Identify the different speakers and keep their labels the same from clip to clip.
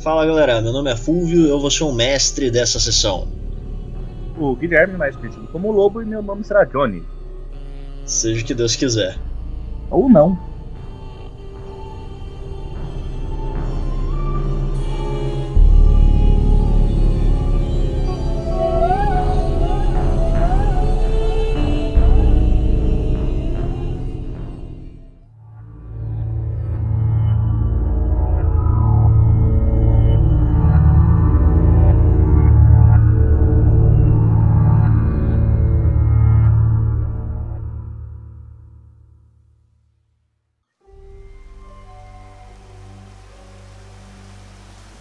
Speaker 1: Fala galera, meu nome é Fulvio, eu vou ser o mestre dessa sessão.
Speaker 2: O Guilherme, mais conhecido como Lobo, e meu nome será Johnny.
Speaker 1: Seja o que Deus quiser.
Speaker 2: Ou não.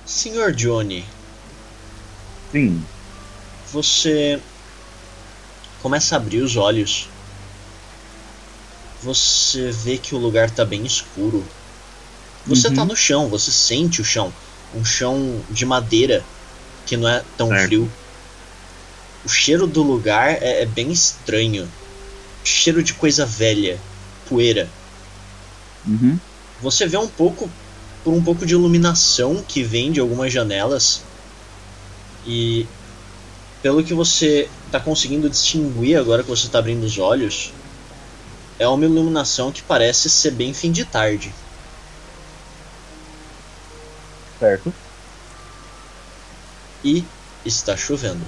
Speaker 1: Senhor Johnny,
Speaker 2: Sim.
Speaker 1: você começa a abrir os olhos. Você vê que o lugar tá bem escuro. Você
Speaker 2: Uhum.
Speaker 1: tá no chão, você sente o chão. Um chão de madeira que não é tão
Speaker 2: Certo.
Speaker 1: frio. O cheiro do lugar é, é bem estranho. Cheiro de coisa velha, poeira.
Speaker 2: Uhum.
Speaker 1: Você vê um pouco por um pouco de iluminação que vem de algumas janelas e pelo que você está conseguindo distinguir agora que você está abrindo os olhos é uma iluminação que parece ser bem fim de tarde.
Speaker 2: Certo.
Speaker 1: E está chovendo.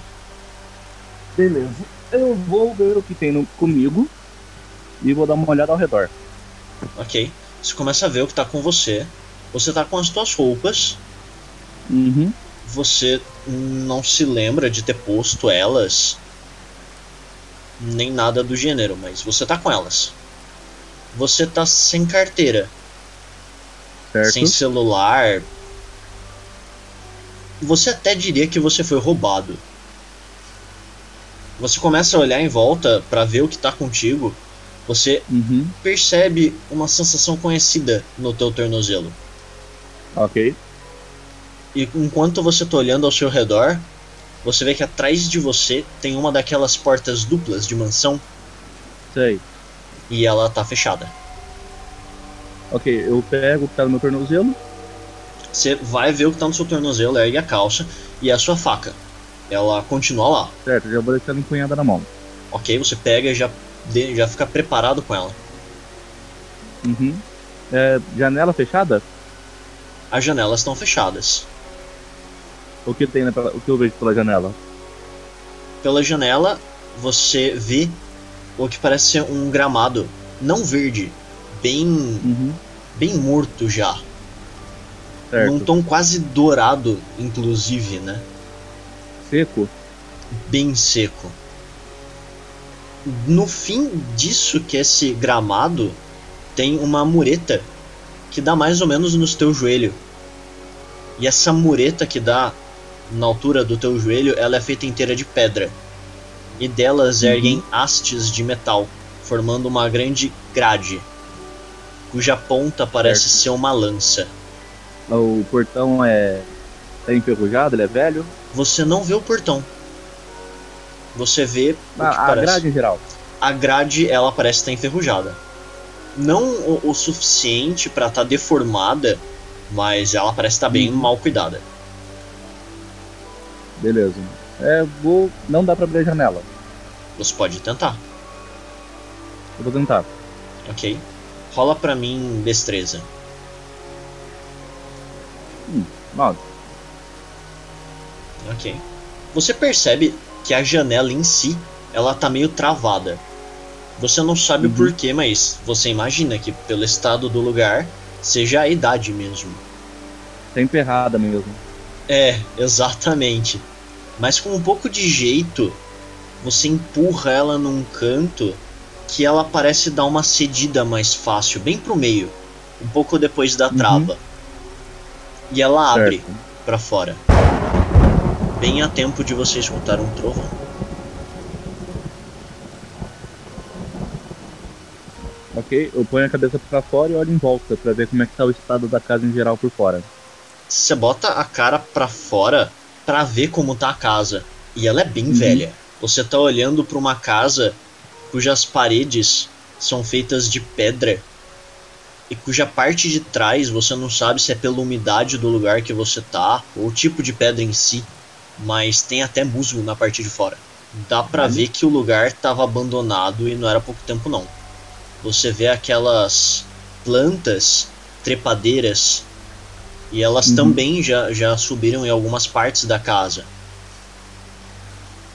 Speaker 2: Beleza. Eu vou ver o que tem no- comigo e vou dar uma olhada ao redor.
Speaker 1: Ok? Você começa a ver o que está com você. Você está com as suas roupas.
Speaker 2: Uhum.
Speaker 1: Você não se lembra de ter posto elas. Nem nada do gênero, mas você tá com elas. Você tá sem carteira,
Speaker 2: Certo.
Speaker 1: sem celular. Você até diria que você foi roubado. Você começa a olhar em volta pra ver o que tá contigo. Você
Speaker 2: Uhum.
Speaker 1: percebe uma sensação conhecida no teu tornozelo.
Speaker 2: Ok.
Speaker 1: E enquanto você tá olhando ao seu redor, você vê que atrás de você tem uma daquelas portas duplas de mansão
Speaker 2: Sei.
Speaker 1: e ela tá fechada.
Speaker 2: Ok, eu pego o que tá no meu tornozelo.
Speaker 1: Você vai ver o que tá no seu tornozelo, ergue a calça e a sua faca. Ela continua lá,
Speaker 2: Certo, já vou deixar ela empunhada na mão.
Speaker 1: ok? Você pega e já, de- já fica preparado com ela.
Speaker 2: Uhum. É, janela fechada?
Speaker 1: As janelas estão fechadas.
Speaker 2: O que tem na, pela- o que eu vejo pela janela?
Speaker 1: Pela janela, você vê o que parece ser um gramado, não verde, bem,
Speaker 2: Uhum.
Speaker 1: bem morto já.
Speaker 2: Certo.
Speaker 1: Num tom quase dourado, inclusive, né?
Speaker 2: Seco?
Speaker 1: bem seco. No fim disso que esse gramado tem uma mureta que dá mais ou menos no teu joelho. E essa mureta que dá na altura do teu joelho, ela é feita inteira de pedra. E delas
Speaker 2: Uhum.
Speaker 1: erguem hastes de metal, formando uma grande grade, cuja ponta parece ser uma lança.
Speaker 2: O portão é. é enferrujado, ele é velho.
Speaker 1: Você não vê o portão. Você vê o que
Speaker 2: Ah, A, a
Speaker 1: parece.
Speaker 2: grade em geral.
Speaker 1: a grade ela parece estar enferrujada. Não o, o suficiente para estar deformada, mas ela parece estar bem
Speaker 2: Uhum.
Speaker 1: mal cuidada.
Speaker 2: Beleza. É, vou. Não dá pra abrir a janela.
Speaker 1: Você pode tentar,
Speaker 2: Eu vou tentar.
Speaker 1: ok? Rola pra mim destreza.
Speaker 2: Nove.
Speaker 1: Ok. Você percebe que a janela em si, ela tá meio travada. Você não sabe
Speaker 2: Uhum.
Speaker 1: o porquê, mas você imagina que pelo estado do lugar seja a idade mesmo.
Speaker 2: Tá emperrada mesmo.
Speaker 1: É, exatamente. Mas com um pouco de jeito, você empurra ela num canto que ela parece dar uma cedida mais fácil, bem pro meio, um pouco depois da
Speaker 2: Uhum.
Speaker 1: trava. E ela abre
Speaker 2: Certo.
Speaker 1: pra fora. Bem a tempo de você escutar um trovão.
Speaker 2: Ok, eu ponho a cabeça pra fora e olho em volta pra ver como é que tá o estado da casa em geral por fora.
Speaker 1: Você bota a cara pra fora pra ver como tá a casa. E ela é bem
Speaker 2: Uhum.
Speaker 1: velha. Você tá olhando pra uma casa cujas paredes são feitas de pedra e cuja parte de trás você não sabe se é pela umidade do lugar que você tá ou o tipo de pedra em si, mas tem até musgo na parte de fora. Dá pra
Speaker 2: Olha.
Speaker 1: ver que o lugar tava abandonado e não era pouco tempo não. Você vê aquelas plantas trepadeiras e elas
Speaker 2: Uhum.
Speaker 1: também já, já subiram em algumas partes da casa.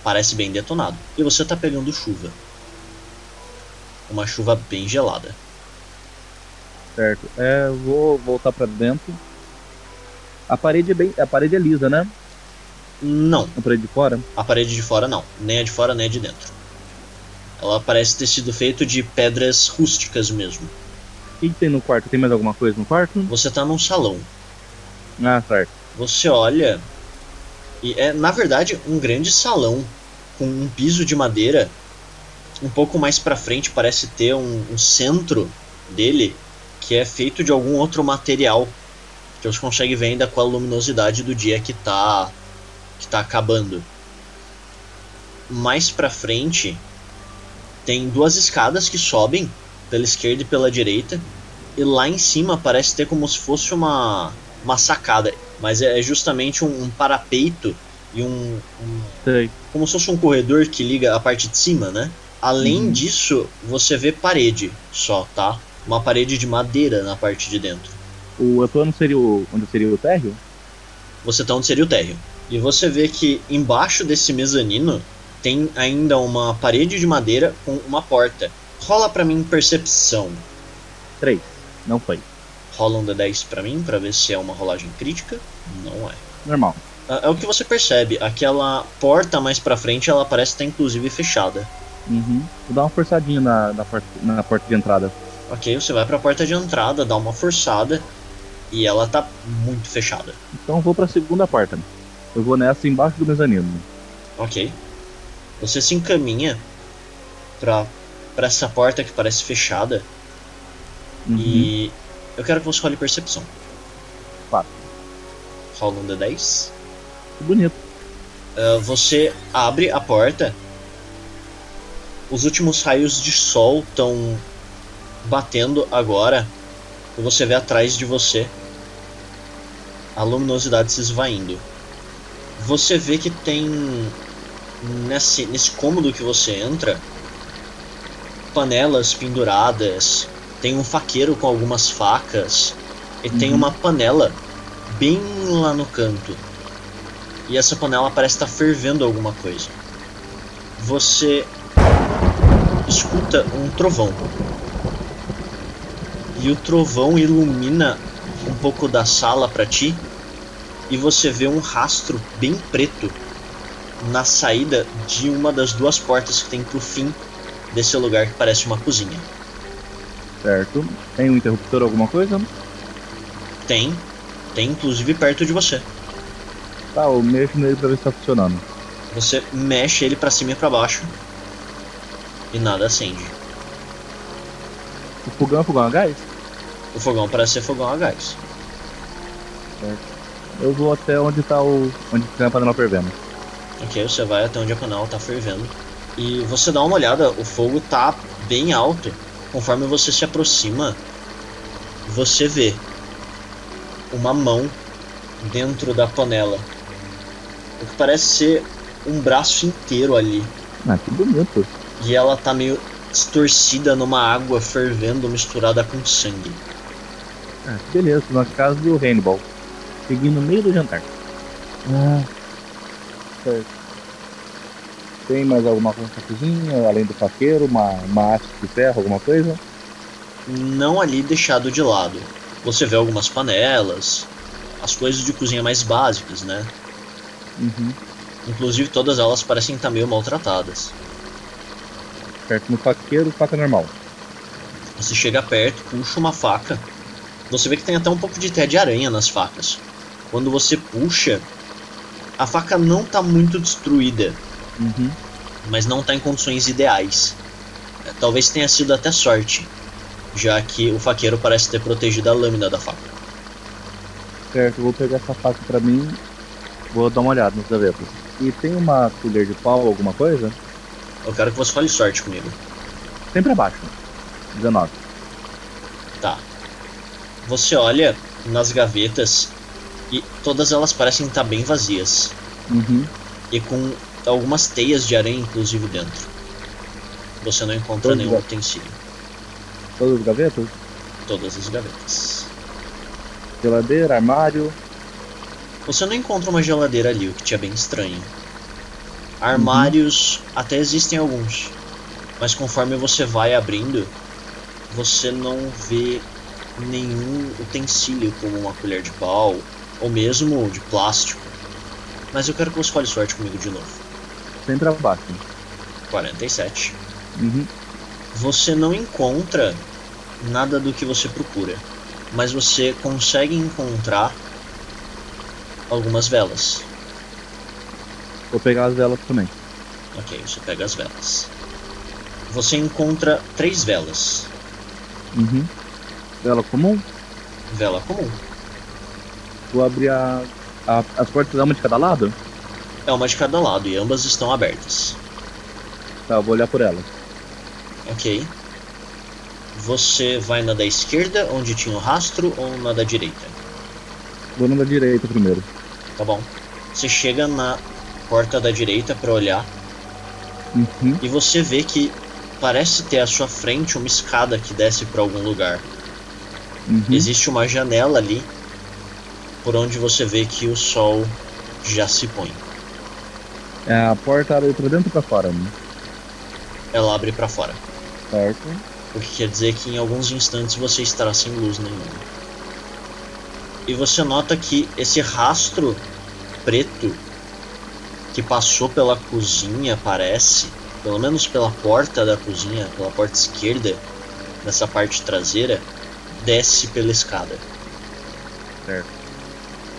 Speaker 1: Parece bem detonado. E você tá pegando chuva. Uma chuva bem gelada.
Speaker 2: Certo. É, eu vou voltar pra dentro. A parede é bem. A parede é lisa, né?
Speaker 1: Não,
Speaker 2: A parede de fora.
Speaker 1: a parede de fora não. Nem a de fora, nem a de dentro. Ela parece ter sido feita de pedras rústicas mesmo.
Speaker 2: O que que tem no quarto? Tem mais alguma coisa no quarto?
Speaker 1: Você tá num salão.
Speaker 2: Ah, certo.
Speaker 1: Você olha. E é, na verdade, um grande salão. Com um piso de madeira. Um pouco mais pra frente parece ter um, um centro dele. Que é feito de algum outro material. Que você consegue ver ainda com a luminosidade do dia que tá. que tá acabando. Mais pra frente. Tem duas escadas que sobem. Pela esquerda e pela direita. E lá em cima parece ter como se fosse uma. Uma sacada mas é justamente um, um parapeito e um, um-
Speaker 2: Sei.
Speaker 1: como se fosse um corredor que liga a parte de cima, né? Além
Speaker 2: Uhum.
Speaker 1: disso, você vê parede só, tá? Uma parede de madeira na parte de dentro.
Speaker 2: O plano seria o. onde seria o térreo?
Speaker 1: Você tá onde seria o térreo. E você vê que embaixo desse mezanino tem ainda uma parede de madeira com uma porta. Rola pra mim percepção.
Speaker 2: Três. Não foi.
Speaker 1: Rola um D10 pra mim pra ver se é uma rolagem crítica. Não é.
Speaker 2: Normal.
Speaker 1: Ah, É o que você percebe. Aquela porta mais pra frente, ela parece estar inclusive fechada.
Speaker 2: Uhum. Vou dar uma forçadinha na, na, porta, na porta de entrada.
Speaker 1: Ok, você vai pra porta de entrada, dá uma forçada e ela tá muito fechada.
Speaker 2: Então eu vou pra segunda porta. Eu vou nessa embaixo do mezanino.
Speaker 1: Ok. Você se encaminha pra, pra essa porta que parece fechada
Speaker 2: Uhum.
Speaker 1: e eu quero que você role percepção.
Speaker 2: Quatro.
Speaker 1: Rola um D10.
Speaker 2: Bonito.
Speaker 1: Ah, você abre a porta. Os últimos raios de sol estão batendo agora. E você vê atrás de você a luminosidade se esvaindo. Você vê que tem nesse, nesse cômodo que você entra panelas penduradas. Tem um faqueiro com algumas facas. E tem
Speaker 2: Uhum.
Speaker 1: uma panela bem lá no canto e essa panela parece estar fervendo alguma coisa. Você escuta um trovão. E o trovão ilumina um pouco da sala para ti e você vê um rastro bem preto na saída de uma das duas portas que tem pro fim desse lugar que parece uma cozinha.
Speaker 2: Certo. Tem um interruptor, alguma coisa?
Speaker 1: Tem, tem inclusive perto de você.
Speaker 2: Tá, eu mexo nele pra ver se tá funcionando.
Speaker 1: Você mexe ele para cima e para baixo e nada acende.
Speaker 2: O fogão é fogão a gás?
Speaker 1: O fogão parece ser fogão a gás.
Speaker 2: Eu vou até onde tá o. onde tem a panela fervendo.
Speaker 1: Ok, você vai até onde a panela tá fervendo. E você dá uma olhada, o fogo tá bem alto. Conforme você se aproxima, você vê uma mão dentro da panela. O que parece ser um braço inteiro ali.
Speaker 2: Ah, que bonito.
Speaker 1: E ela tá meio distorcida numa água fervendo misturada com sangue.
Speaker 2: Ah, que beleza, na casa do Hannibal. Seguindo no meio do jantar. Ah, certo. Tem mais alguma coisa na cozinha, além do faqueiro, uma, uma haste de ferro, alguma coisa?
Speaker 1: não ali deixado de lado. Você vê algumas panelas, as coisas de cozinha mais básicas, né?
Speaker 2: Uhum.
Speaker 1: Inclusive todas elas parecem estar meio maltratadas.
Speaker 2: Certo, no faqueiro, faca normal.
Speaker 1: Você chega perto, puxa uma faca. Você vê que tem até um pouco de té de aranha nas facas. Quando você puxa, a faca não tá muito destruída,
Speaker 2: Uhum.
Speaker 1: mas não tá em condições ideais. É, Talvez tenha sido até sorte, já que o faqueiro parece ter protegido a lâmina da faca.
Speaker 2: Certo, É, eu vou pegar essa faca pra mim. Vou dar uma olhada nos gavetas. E tem uma colher de pau, alguma coisa?
Speaker 1: Eu quero que você fale sorte comigo.
Speaker 2: Sempre abaixo. 19.
Speaker 1: Tá. Você olha nas gavetas e todas elas parecem estar bem vazias
Speaker 2: Uhum.
Speaker 1: e com algumas teias de aranha inclusive dentro. Você não encontra
Speaker 2: Todas
Speaker 1: nenhum
Speaker 2: as-
Speaker 1: utensílio.
Speaker 2: Todas as gavetas?
Speaker 1: Todas as gavetas.
Speaker 2: Geladeira, armário.
Speaker 1: Você não encontra uma geladeira ali, o que te é bem estranho. Armários até existem alguns, mas conforme você vai abrindo, você não vê nenhum utensílio como uma colher de pau ou mesmo de plástico. Mas eu quero que você escolhe sorte comigo de novo.
Speaker 2: Sempre abaixo.
Speaker 1: 47.
Speaker 2: Uhum.
Speaker 1: Você não encontra nada do que você procura, mas você consegue encontrar algumas velas.
Speaker 2: Vou pegar as velas também.
Speaker 1: Ok, você pega as velas. Você encontra três velas.
Speaker 2: Uhum. Vela comum.
Speaker 1: Vela comum.
Speaker 2: Vou abrir a, a- as portas da uma de cada lado.
Speaker 1: É uma de cada lado e ambas estão abertas.
Speaker 2: Tá, eu vou olhar por ela.
Speaker 1: Ok. Você vai na da esquerda, onde tinha o rastro, ou na da direita?
Speaker 2: Vou na da direita primeiro.
Speaker 1: Tá bom. Você chega na porta da direita pra olhar
Speaker 2: Uhum.
Speaker 1: e você vê que parece ter à sua frente uma escada que desce pra algum lugar.
Speaker 2: Uhum.
Speaker 1: Existe uma janela ali por onde você vê que o sol já se põe.
Speaker 2: É, a porta abre pra dentro e pra fora, né?
Speaker 1: Ela abre pra fora.
Speaker 2: Certo.
Speaker 1: O que quer dizer que em alguns instantes você estará sem luz nenhuma. E você nota que esse rastro preto que passou pela cozinha, parece, pelo menos pela porta da cozinha, pela porta esquerda, nessa parte traseira, desce pela escada.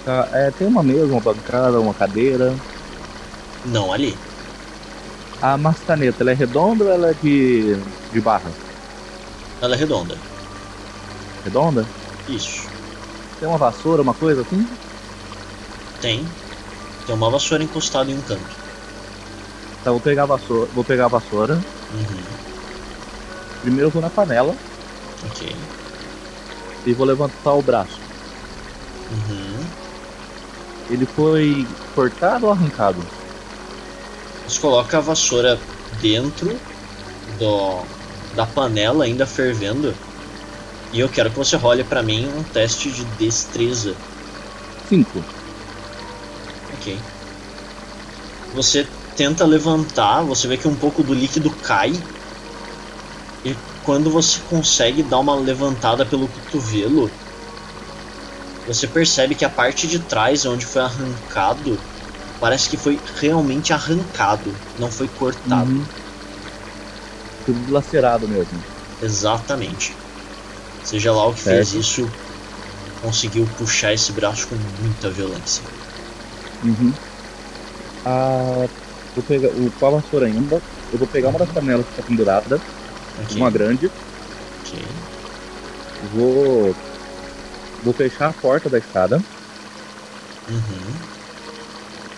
Speaker 2: Tá, é, tem uma mesa, uma bancada, uma cadeira.
Speaker 1: Não ali.
Speaker 2: A maçaneta, ela é redonda ou ela é de, de barra?
Speaker 1: Ela é redonda.
Speaker 2: Redonda?
Speaker 1: Isso.
Speaker 2: Tem uma vassoura, uma coisa assim?
Speaker 1: Tem. Tem uma vassoura encostada em um canto.
Speaker 2: Tá, vou pegar a vassoura. Vou pegar a vassoura.
Speaker 1: Uhum.
Speaker 2: Primeiro eu vou na panela
Speaker 1: Ok.
Speaker 2: e vou levantar o braço.
Speaker 1: Uhum.
Speaker 2: Ele foi cortado ou arrancado?
Speaker 1: Você coloca a vassoura dentro do, da panela ainda fervendo. E eu quero que você role pra mim um teste de destreza.
Speaker 2: Cinco.
Speaker 1: Ok. Você tenta levantar, você vê que um pouco do líquido cai. E quando você consegue dar uma levantada pelo cotovelo, você percebe que a parte de trás, onde foi arrancado, parece que foi realmente arrancado, não foi cortado.
Speaker 2: Uhum. Tudo lacerado mesmo.
Speaker 1: Exatamente. Seja lá o que
Speaker 2: Certo.
Speaker 1: fez isso, conseguiu puxar esse braço com muita violência.
Speaker 2: Uhum. Ah, vou pegar o com a vassoura ainda. Eu vou pegar uma das panelas que tá pendurada,
Speaker 1: Ok,
Speaker 2: uma grande.
Speaker 1: ok.
Speaker 2: Vou. Vou fechar a porta da escada
Speaker 1: Uhum,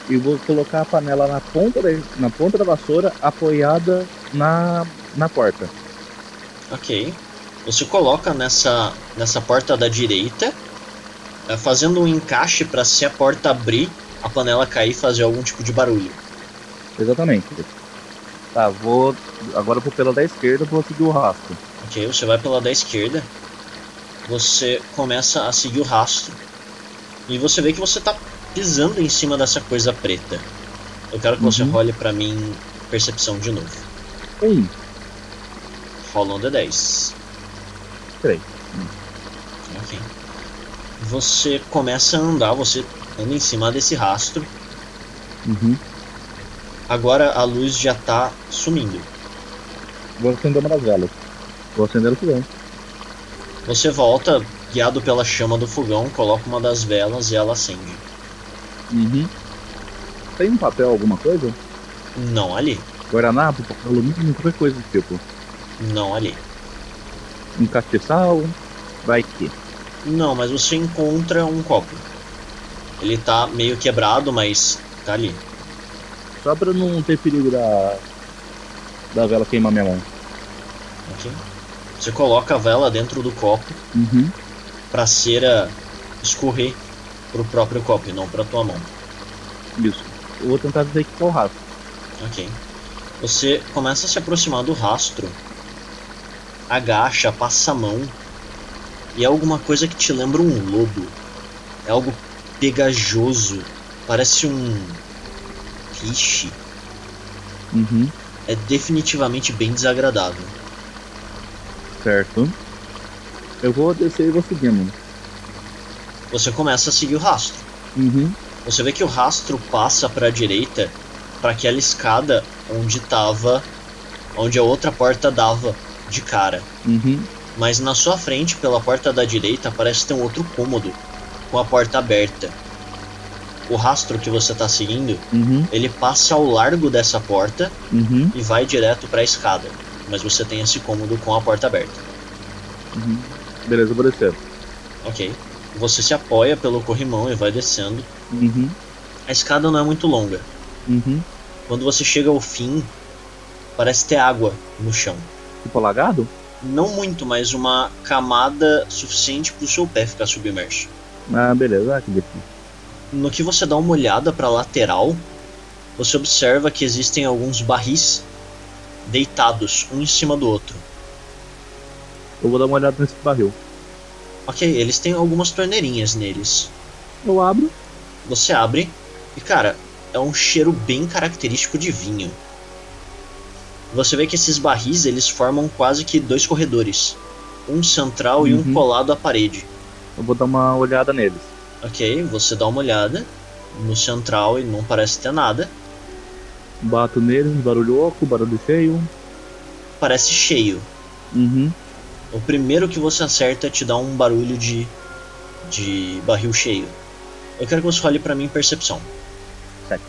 Speaker 2: e vou colocar a panela na ponta da, na ponta da vassoura, apoiada na, na porta.
Speaker 1: ok. Você coloca nessa, nessa porta da direita, eh, fazendo um encaixe para se a porta abrir, a panela cair e fazer algum tipo de barulho.
Speaker 2: Exatamente. Tá, vou. Agora eu vou pela da esquerda, vou seguir o rastro.
Speaker 1: Ok, você vai pela da esquerda, você começa a seguir o rastro e você vê que você tá pisando em cima dessa coisa preta. Eu quero que você
Speaker 2: Uhum.
Speaker 1: role pra mim percepção de novo.
Speaker 2: Um.
Speaker 1: Rola um D10.
Speaker 2: Três.
Speaker 1: Ok. Você começa a andar, você anda em cima desse rastro.
Speaker 2: Uhum.
Speaker 1: Agora a luz já tá sumindo.
Speaker 2: Vou acender uma das velas. Vou acender o fogão.
Speaker 1: Você volta, guiado pela chama do fogão, coloca uma das velas e ela acende.
Speaker 2: Uhum. Tem um papel, alguma coisa?
Speaker 1: Não ali.
Speaker 2: Guardanapo, papel alumínio, qualquer coisa do tipo.
Speaker 1: Não ali.
Speaker 2: Um castiçal. Vai que.
Speaker 1: Não, mas você encontra um copo. Ele tá meio quebrado, mas tá ali.
Speaker 2: Só pra não ter perigo da. da vela queimar minha mão.
Speaker 1: ok? Você coloca a vela dentro do copo,
Speaker 2: Uhum.
Speaker 1: pra cera escorrer pro próprio copo e não pra tua mão.
Speaker 2: Isso. Eu vou tentar dizer que é o rastro.
Speaker 1: Ok. Você começa a se aproximar do rastro, agacha, passa a mão, e é alguma coisa que te lembra um lobo. É algo pegajoso, parece um. piche.
Speaker 2: Uhum.
Speaker 1: É definitivamente bem desagradável.
Speaker 2: Certo. Eu vou descer e vou seguir, mano.
Speaker 1: Você começa a seguir o rastro.
Speaker 2: Uhum.
Speaker 1: Você vê que o rastro passa para a direita, para aquela escada onde tava, onde a outra porta dava de cara.
Speaker 2: Uhum.
Speaker 1: Mas na sua frente, pela porta da direita, parece ter um outro cômodo com a porta aberta. O rastro que você tá seguindo,
Speaker 2: Uhum.
Speaker 1: ele passa ao largo dessa porta
Speaker 2: Uhum.
Speaker 1: e vai direto para a escada. Mas você tem esse cômodo com a porta aberta.
Speaker 2: Uhum. Beleza, eu vou descer.
Speaker 1: Ok. Você se apoia pelo corrimão e vai descendo.
Speaker 2: Uhum.
Speaker 1: A escada não é muito longa.
Speaker 2: Uhum.
Speaker 1: Quando você chega ao fim, parece ter água no chão.
Speaker 2: Tipo alagado?
Speaker 1: Não muito, mas uma camada suficiente para o seu pé ficar submerso.
Speaker 2: Ah, beleza. Ah, que delícia.
Speaker 1: No que você dá uma olhada para a lateral, você observa que existem alguns barris deitados um em cima do outro.
Speaker 2: Eu vou dar uma olhada nesse barril.
Speaker 1: Ok, eles têm algumas torneirinhas neles.
Speaker 2: Eu abro.
Speaker 1: Você abre e, cara, é um cheiro bem característico de vinho. Você vê que esses barris eles formam quase que dois corredores, um central e um
Speaker 2: Uhum.
Speaker 1: colado à parede.
Speaker 2: Eu vou dar uma olhada neles.
Speaker 1: Ok, você dá uma olhada no central e não parece ter nada.
Speaker 2: Bato neles, barulho oco, barulho feio.
Speaker 1: Parece cheio.
Speaker 2: Uhum.
Speaker 1: O primeiro que você acerta te dá um barulho de de barril cheio. Eu quero que você role pra mim percepção.
Speaker 2: Sete.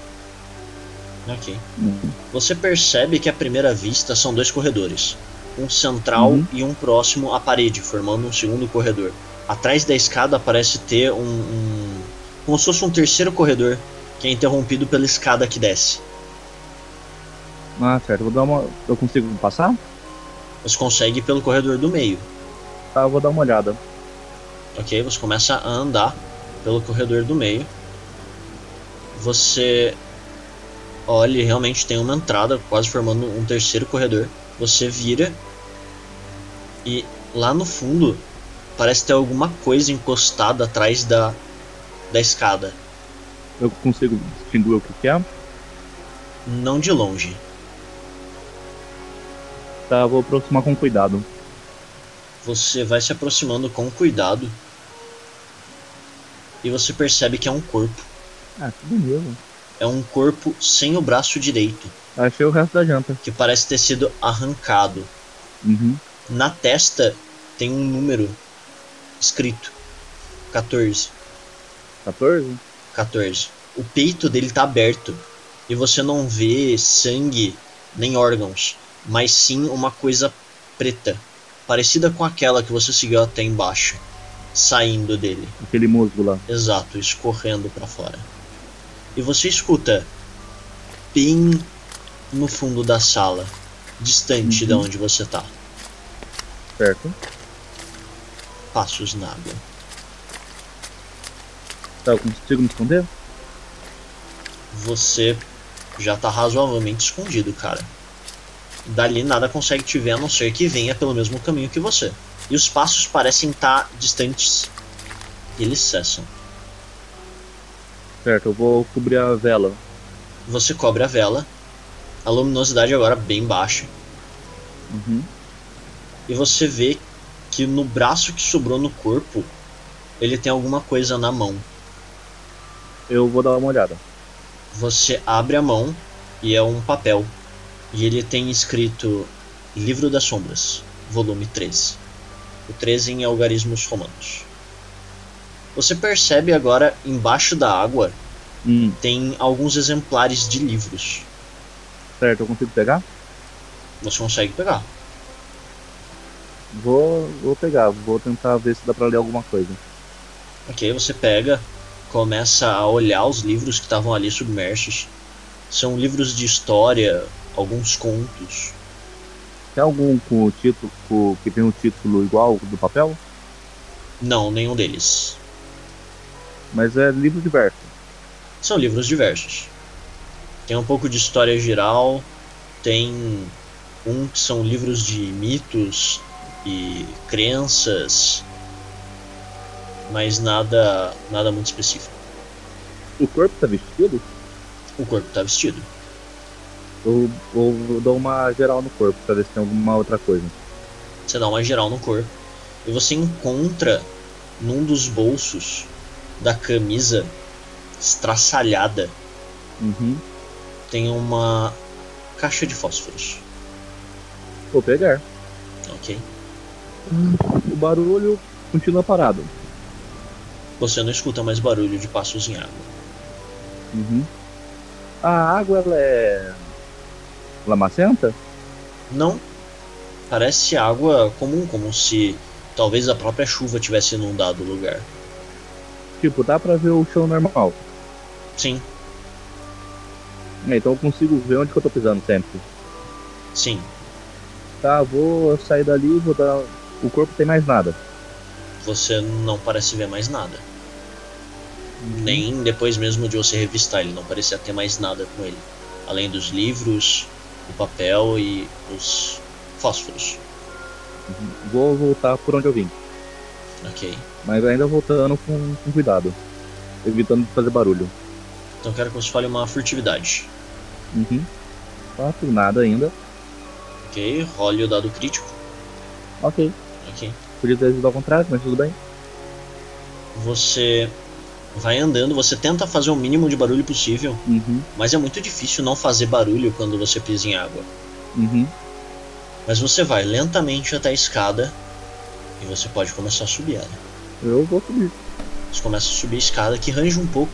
Speaker 1: Ok.
Speaker 2: Uhum.
Speaker 1: Você percebe que à primeira vista são dois corredores, um central
Speaker 2: Uhum.
Speaker 1: e um próximo à parede, formando um segundo corredor. Atrás da escada parece ter um, um como se fosse um terceiro corredor que é interrompido pela escada que desce.
Speaker 2: Ah, certo. Eu Vou dar uma. Eu consigo passar?
Speaker 1: Você consegue ir pelo corredor do meio,
Speaker 2: Tá, eu vou dar uma olhada.
Speaker 1: ok? Você começa a andar pelo corredor do meio. Você olha e realmente tem uma entrada, quase formando um terceiro corredor. Você vira e lá no fundo parece ter alguma coisa encostada atrás da, da escada,
Speaker 2: Eu consigo distinguir o que, que é.
Speaker 1: não de longe.
Speaker 2: Tá, eu vou aproximar com cuidado.
Speaker 1: Você vai se aproximando com cuidado e você percebe que é um corpo.
Speaker 2: Ah, que beleza.
Speaker 1: É um corpo sem o braço direito.
Speaker 2: Achei o resto da janta.
Speaker 1: que parece ter sido arrancado.
Speaker 2: Uhum.
Speaker 1: Na testa tem um número escrito: 14.
Speaker 2: 14?
Speaker 1: 14. O peito dele tá aberto e você não vê sangue nem órgãos, mas sim uma coisa preta, parecida com aquela que você seguiu até embaixo, saindo dele.
Speaker 2: Aquele musgo lá.
Speaker 1: Exato, escorrendo pra fora. E você escuta bem no fundo da sala, distante de
Speaker 2: Uhum.
Speaker 1: onde você tá.
Speaker 2: Certo.
Speaker 1: passos na água.
Speaker 2: Tá, eu consigo me esconder?
Speaker 1: Você já tá razoavelmente escondido, cara. Dali nada consegue te ver a não ser que venha pelo mesmo caminho que você. E os passos parecem estar distantes. E eles cessam.
Speaker 2: Certo, eu vou cobrir a vela.
Speaker 1: Você cobre a vela, a luminosidade é agora bem baixa,
Speaker 2: Uhum.
Speaker 1: e você vê que no braço que sobrou no corpo, ele tem alguma coisa na mão.
Speaker 2: Eu vou dar uma olhada.
Speaker 1: Você abre a mão e é um papel. E ele tem escrito Livro das Sombras, volume 13. O 13 em algarismos romanos. Você percebe agora, embaixo da água,
Speaker 2: Hum,
Speaker 1: tem alguns exemplares de livros.
Speaker 2: certo, eu consigo pegar?
Speaker 1: Você consegue pegar.
Speaker 2: Vou, vou pegar, vou tentar ver se dá pra ler alguma coisa.
Speaker 1: Ok, você pega, começa a olhar os livros que estavam ali submersos. São livros de história, alguns contos.
Speaker 2: Tem algum com o título com- que tem um título igual ao do papel?
Speaker 1: Não, nenhum deles.
Speaker 2: Mas é livro diverso.
Speaker 1: São livros diversos. Tem um pouco de história geral, tem um que são livros de mitos e crenças, mas nada, nada muito específico.
Speaker 2: O corpo tá vestido?
Speaker 1: O corpo tá vestido.
Speaker 2: Eu, eu dou uma geral no corpo pra ver se tem alguma outra coisa.
Speaker 1: Você dá uma geral no corpo e você encontra num dos bolsos da camisa estraçalhada
Speaker 2: Uhum.
Speaker 1: tem uma caixa de fósforos,
Speaker 2: Vou pegar.
Speaker 1: ok?
Speaker 2: O barulho continua parado.
Speaker 1: Você não escuta mais barulho de passos em água.
Speaker 2: Uhum. A água ela é. Lamacenta?
Speaker 1: Não. Parece água comum, como se talvez a própria chuva tivesse inundado o lugar.
Speaker 2: Tipo, dá pra ver o chão normal.
Speaker 1: Sim,
Speaker 2: É, então eu consigo ver onde que eu tô pisando sempre.
Speaker 1: sim.
Speaker 2: Tá, vou sair dali, vou dar. O corpo tem mais nada.
Speaker 1: Você não parece ver mais nada.
Speaker 2: Uhum.
Speaker 1: Nem depois mesmo de você revistar ele, não parecia ter mais nada com ele. Além dos livros, o papel e os fósforos.
Speaker 2: Vou voltar por onde eu vim.
Speaker 1: Ok.
Speaker 2: Mas ainda voltando com, com cuidado. Evitando de fazer barulho.
Speaker 1: Então quero que você fale uma furtividade.
Speaker 2: Uhum. Quatro, nada ainda.
Speaker 1: Ok, role o dado crítico.
Speaker 2: Ok.
Speaker 1: Ok.
Speaker 2: Podia ter sido ao contrário, mas tudo bem.
Speaker 1: Você vai andando, você tenta fazer o mínimo de barulho possível,
Speaker 2: Uhum.
Speaker 1: mas é muito difícil não fazer barulho quando você pisa em água.
Speaker 2: Uhum.
Speaker 1: Mas você vai lentamente até a escada e você pode começar a subir ela.
Speaker 2: Eu vou subir.
Speaker 1: Você começa a subir a escada que range um pouco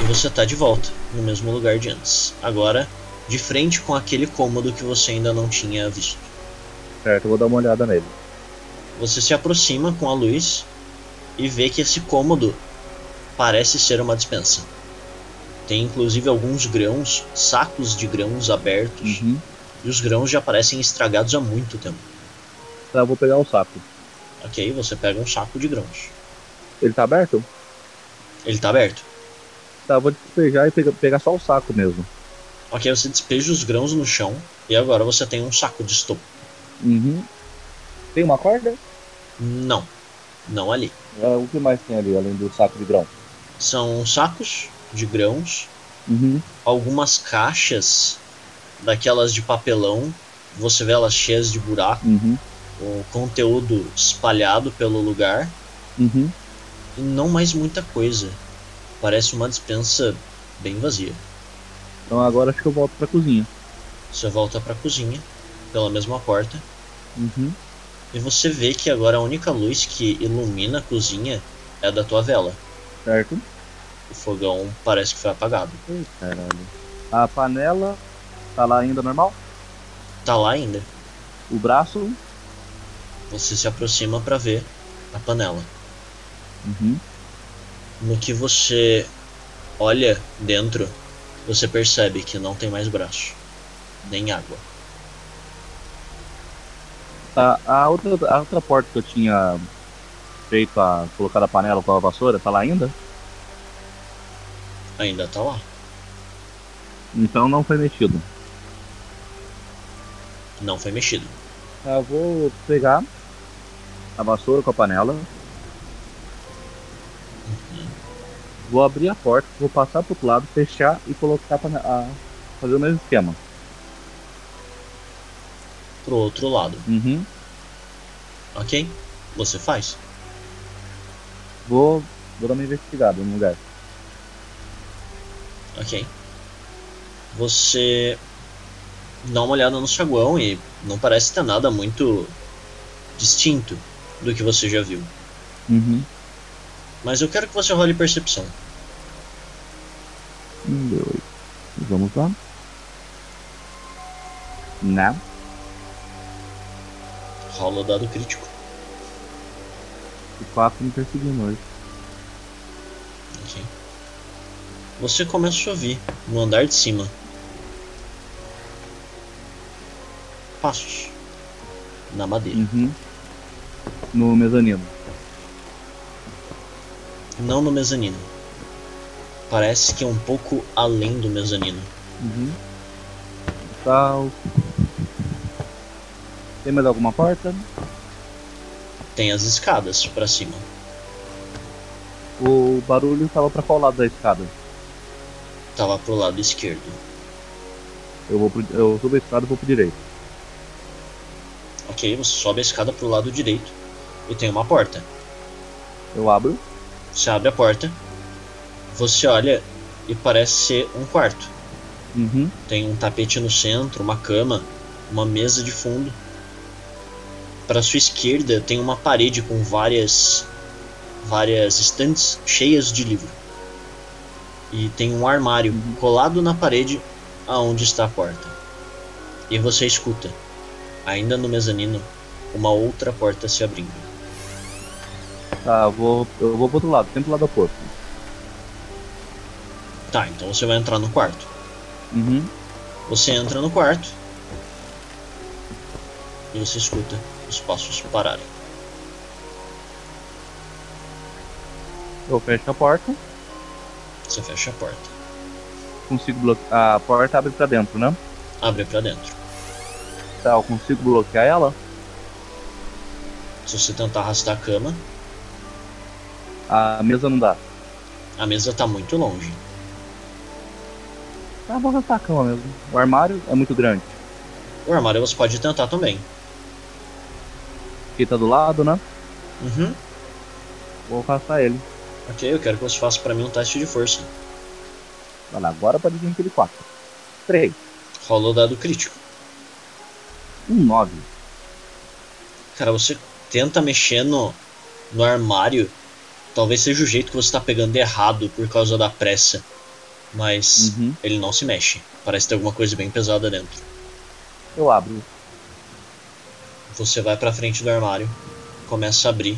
Speaker 1: e você tá de volta no mesmo lugar de antes. Agora, de frente com aquele cômodo que você ainda não tinha visto.
Speaker 2: Certo, eu vou dar uma olhada nele.
Speaker 1: Você se aproxima com a luz e vê que esse cômodo parece ser uma dispensa. Tem inclusive alguns grãos, sacos de grãos abertos,
Speaker 2: Uhum.
Speaker 1: e os grãos já parecem estragados há muito tempo.
Speaker 2: Tá, eu vou pegar o sapo.
Speaker 1: Ok, você pega um saco de grãos.
Speaker 2: Ele tá aberto?
Speaker 1: Ele tá aberto.
Speaker 2: Tá, eu vou despejar e pega- pegar só o saco mesmo.
Speaker 1: Ok, você despeja os grãos no chão e agora você tem um saco de estopa.
Speaker 2: Uhum. Tem uma corda?
Speaker 1: Não, não ali.
Speaker 2: Ah, o que mais tem ali, além do saco de grão?
Speaker 1: São sacos de grãos,
Speaker 2: Uhum.
Speaker 1: algumas caixas daquelas de papelão. Você vê elas cheias de buraco.
Speaker 2: Uhum.
Speaker 1: o conteúdo espalhado pelo lugar
Speaker 2: Uhum.
Speaker 1: e não mais muita coisa. Parece uma dispensa bem vazia.
Speaker 2: Então agora acho que eu volto pra cozinha.
Speaker 1: Você volta pra cozinha pela mesma porta
Speaker 2: Uhum.
Speaker 1: e você vê que agora a única luz que ilumina a cozinha é a da tua vela.
Speaker 2: Certo?
Speaker 1: O fogão parece que foi apagado.
Speaker 2: Ei, caralho. A panela tá lá ainda normal?
Speaker 1: Tá lá ainda.
Speaker 2: O braço?
Speaker 1: Você se aproxima pra ver a panela.
Speaker 2: Uhum.
Speaker 1: No que você olha dentro, você percebe que não tem mais braço, nem água.
Speaker 2: Tá, a outra, a outra porta que eu tinha feito a colocar a panela com a vassoura, tá lá ainda?
Speaker 1: Ainda tá lá.
Speaker 2: Então não foi mexido.
Speaker 1: Não foi mexido.
Speaker 2: Eu vou pegar a vassoura com a panela. Vou abrir a porta, vou passar pro outro lado, fechar e colocar a panela. Fazer o mesmo esquema.
Speaker 1: Pro outro lado.
Speaker 2: Uhum.
Speaker 1: Ok? Você faz.
Speaker 2: Vou, vou dar uma investigada no lugar.
Speaker 1: Ok. Você dá uma olhada no saguão e não parece ter nada muito distinto do que você já viu.
Speaker 2: Uhum.
Speaker 1: Mas eu quero que você role percepção.
Speaker 2: Um, dois. Vamos lá. Não.
Speaker 1: Rola o dado crítico.
Speaker 2: O papo me perseguindo hoje.
Speaker 1: Ok. Você começa a ouvir no andar de cima passos na madeira.
Speaker 2: Uhum. No mezanino.
Speaker 1: Não no mezanino. Parece que é um pouco além do mezanino.
Speaker 2: Uhum. Tal. Tem mais alguma porta?
Speaker 1: Tem as escadas pra cima.
Speaker 2: O barulho tava pra qual lado da escada?
Speaker 1: Tava Tá pro lado esquerdo.
Speaker 2: Eu vou pro, eu subo a escada e vou pro direito.
Speaker 1: Ok, você sobe a escada pro lado direito e tem uma porta.
Speaker 2: Eu abro.
Speaker 1: Você abre a porta, você olha e parece ser um quarto.
Speaker 2: Uhum.
Speaker 1: Tem um tapete no centro, uma cama, uma mesa de fundo. Para sua esquerda tem uma parede com várias várias estantes cheias de livro. E tem um armário
Speaker 2: Uhum.
Speaker 1: colado na parede aonde está a porta. E você escuta, ainda no mezanino, uma outra porta se abrindo.
Speaker 2: Tá, eu vou, eu vou pro outro lado, sempre pro lado oposto.
Speaker 1: Tá, então você vai entrar no quarto.
Speaker 2: Uhum.
Speaker 1: Você entra no quarto e você escuta os passos pararem.
Speaker 2: Eu fecho a porta,
Speaker 1: Você fecha a porta,
Speaker 2: consigo bloquear. A porta abre pra dentro, né?
Speaker 1: abre pra dentro.
Speaker 2: Tá, eu consigo bloquear ela?
Speaker 1: Se você tentar arrastar a cama,
Speaker 2: A mesa não dá.
Speaker 1: a mesa tá muito longe.
Speaker 2: Ah, vou arrastar a cama mesmo. O armário é muito grande.
Speaker 1: O armário você pode tentar também.
Speaker 2: Aqui tá do lado, né?
Speaker 1: Uhum.
Speaker 2: Vou arrastar ele.
Speaker 1: Ok, eu quero que você faça pra mim um teste de força.
Speaker 2: Vai lá, agora pode vir aquele 4. 3,
Speaker 1: Rolou o dado crítico.
Speaker 2: 1, 9.
Speaker 1: Cara, você tenta mexer no, no armário. Talvez seja o jeito que você tá pegando errado por causa da pressa. Mas
Speaker 2: Uhum.
Speaker 1: ele não se mexe. Parece ter alguma coisa bem pesada dentro.
Speaker 2: Eu abro.
Speaker 1: Você vai pra frente do armário, começa a abrir.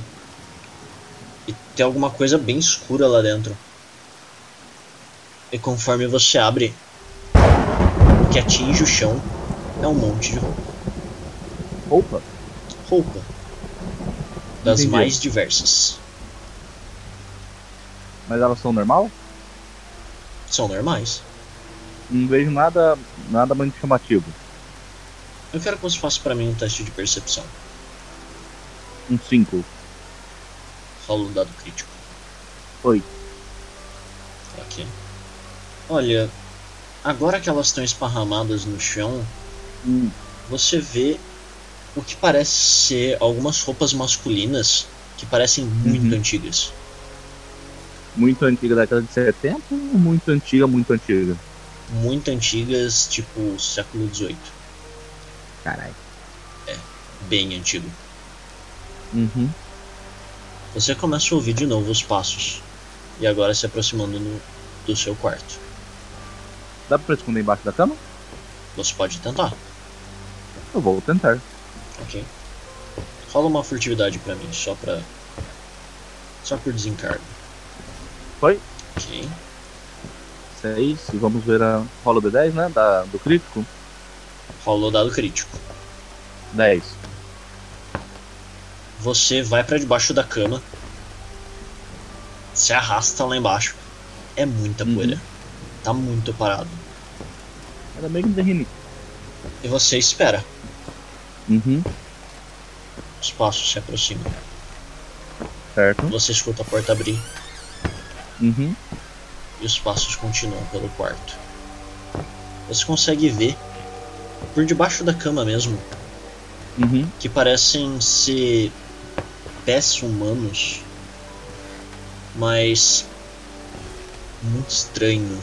Speaker 1: E tem alguma coisa bem escura lá dentro. E conforme você abre, o que atinge o chão é um monte de roupa.
Speaker 2: Roupa?
Speaker 1: roupa das
Speaker 2: Entendi.
Speaker 1: mais diversas.
Speaker 2: Mas elas são normal?
Speaker 1: São normais.
Speaker 2: Não vejo nada, nada muito chamativo.
Speaker 1: Eu quero que você faça pra mim um teste de percepção.
Speaker 2: Um 5.
Speaker 1: Rola um dado crítico.
Speaker 2: Oi.
Speaker 1: Ok. Olha, agora que elas estão esparramadas no chão,
Speaker 2: Hum.
Speaker 1: você vê o que parece ser algumas roupas masculinas que parecem muito
Speaker 2: Uhum.
Speaker 1: antigas.
Speaker 2: Muito antiga, década de 70. Muito antiga, muito antiga.
Speaker 1: Muito antigas, tipo século XVIII.
Speaker 2: Caralho.
Speaker 1: Bem antigo.
Speaker 2: Uhum.
Speaker 1: Você começa a ouvir de novo os passos. E agora se aproximando no- do seu quarto.
Speaker 2: Dá pra esconder embaixo da cama?
Speaker 1: Você pode tentar,
Speaker 2: Eu vou tentar.
Speaker 1: ok? Rola uma furtividade pra mim, só pra. Só por desencargo.
Speaker 2: Foi?
Speaker 1: Ok.
Speaker 2: 6. E vamos ver a rola do 10, né? Da, do crítico.
Speaker 1: Rolou dado crítico.
Speaker 2: 10.
Speaker 1: Você vai pra debaixo da cama. Se arrasta lá embaixo. É muita
Speaker 2: Uhum.
Speaker 1: poeira. Tá muito parado.
Speaker 2: Era meio que um derrine.
Speaker 1: E você espera.
Speaker 2: Uhum.
Speaker 1: Os passos se aproximam.
Speaker 2: Certo.
Speaker 1: Você escuta a porta abrir
Speaker 2: Uhum.
Speaker 1: e os passos continuam pelo quarto. Você consegue ver, por debaixo da cama mesmo,
Speaker 2: Uhum.
Speaker 1: que parecem ser pés humanos, mas muito estranho.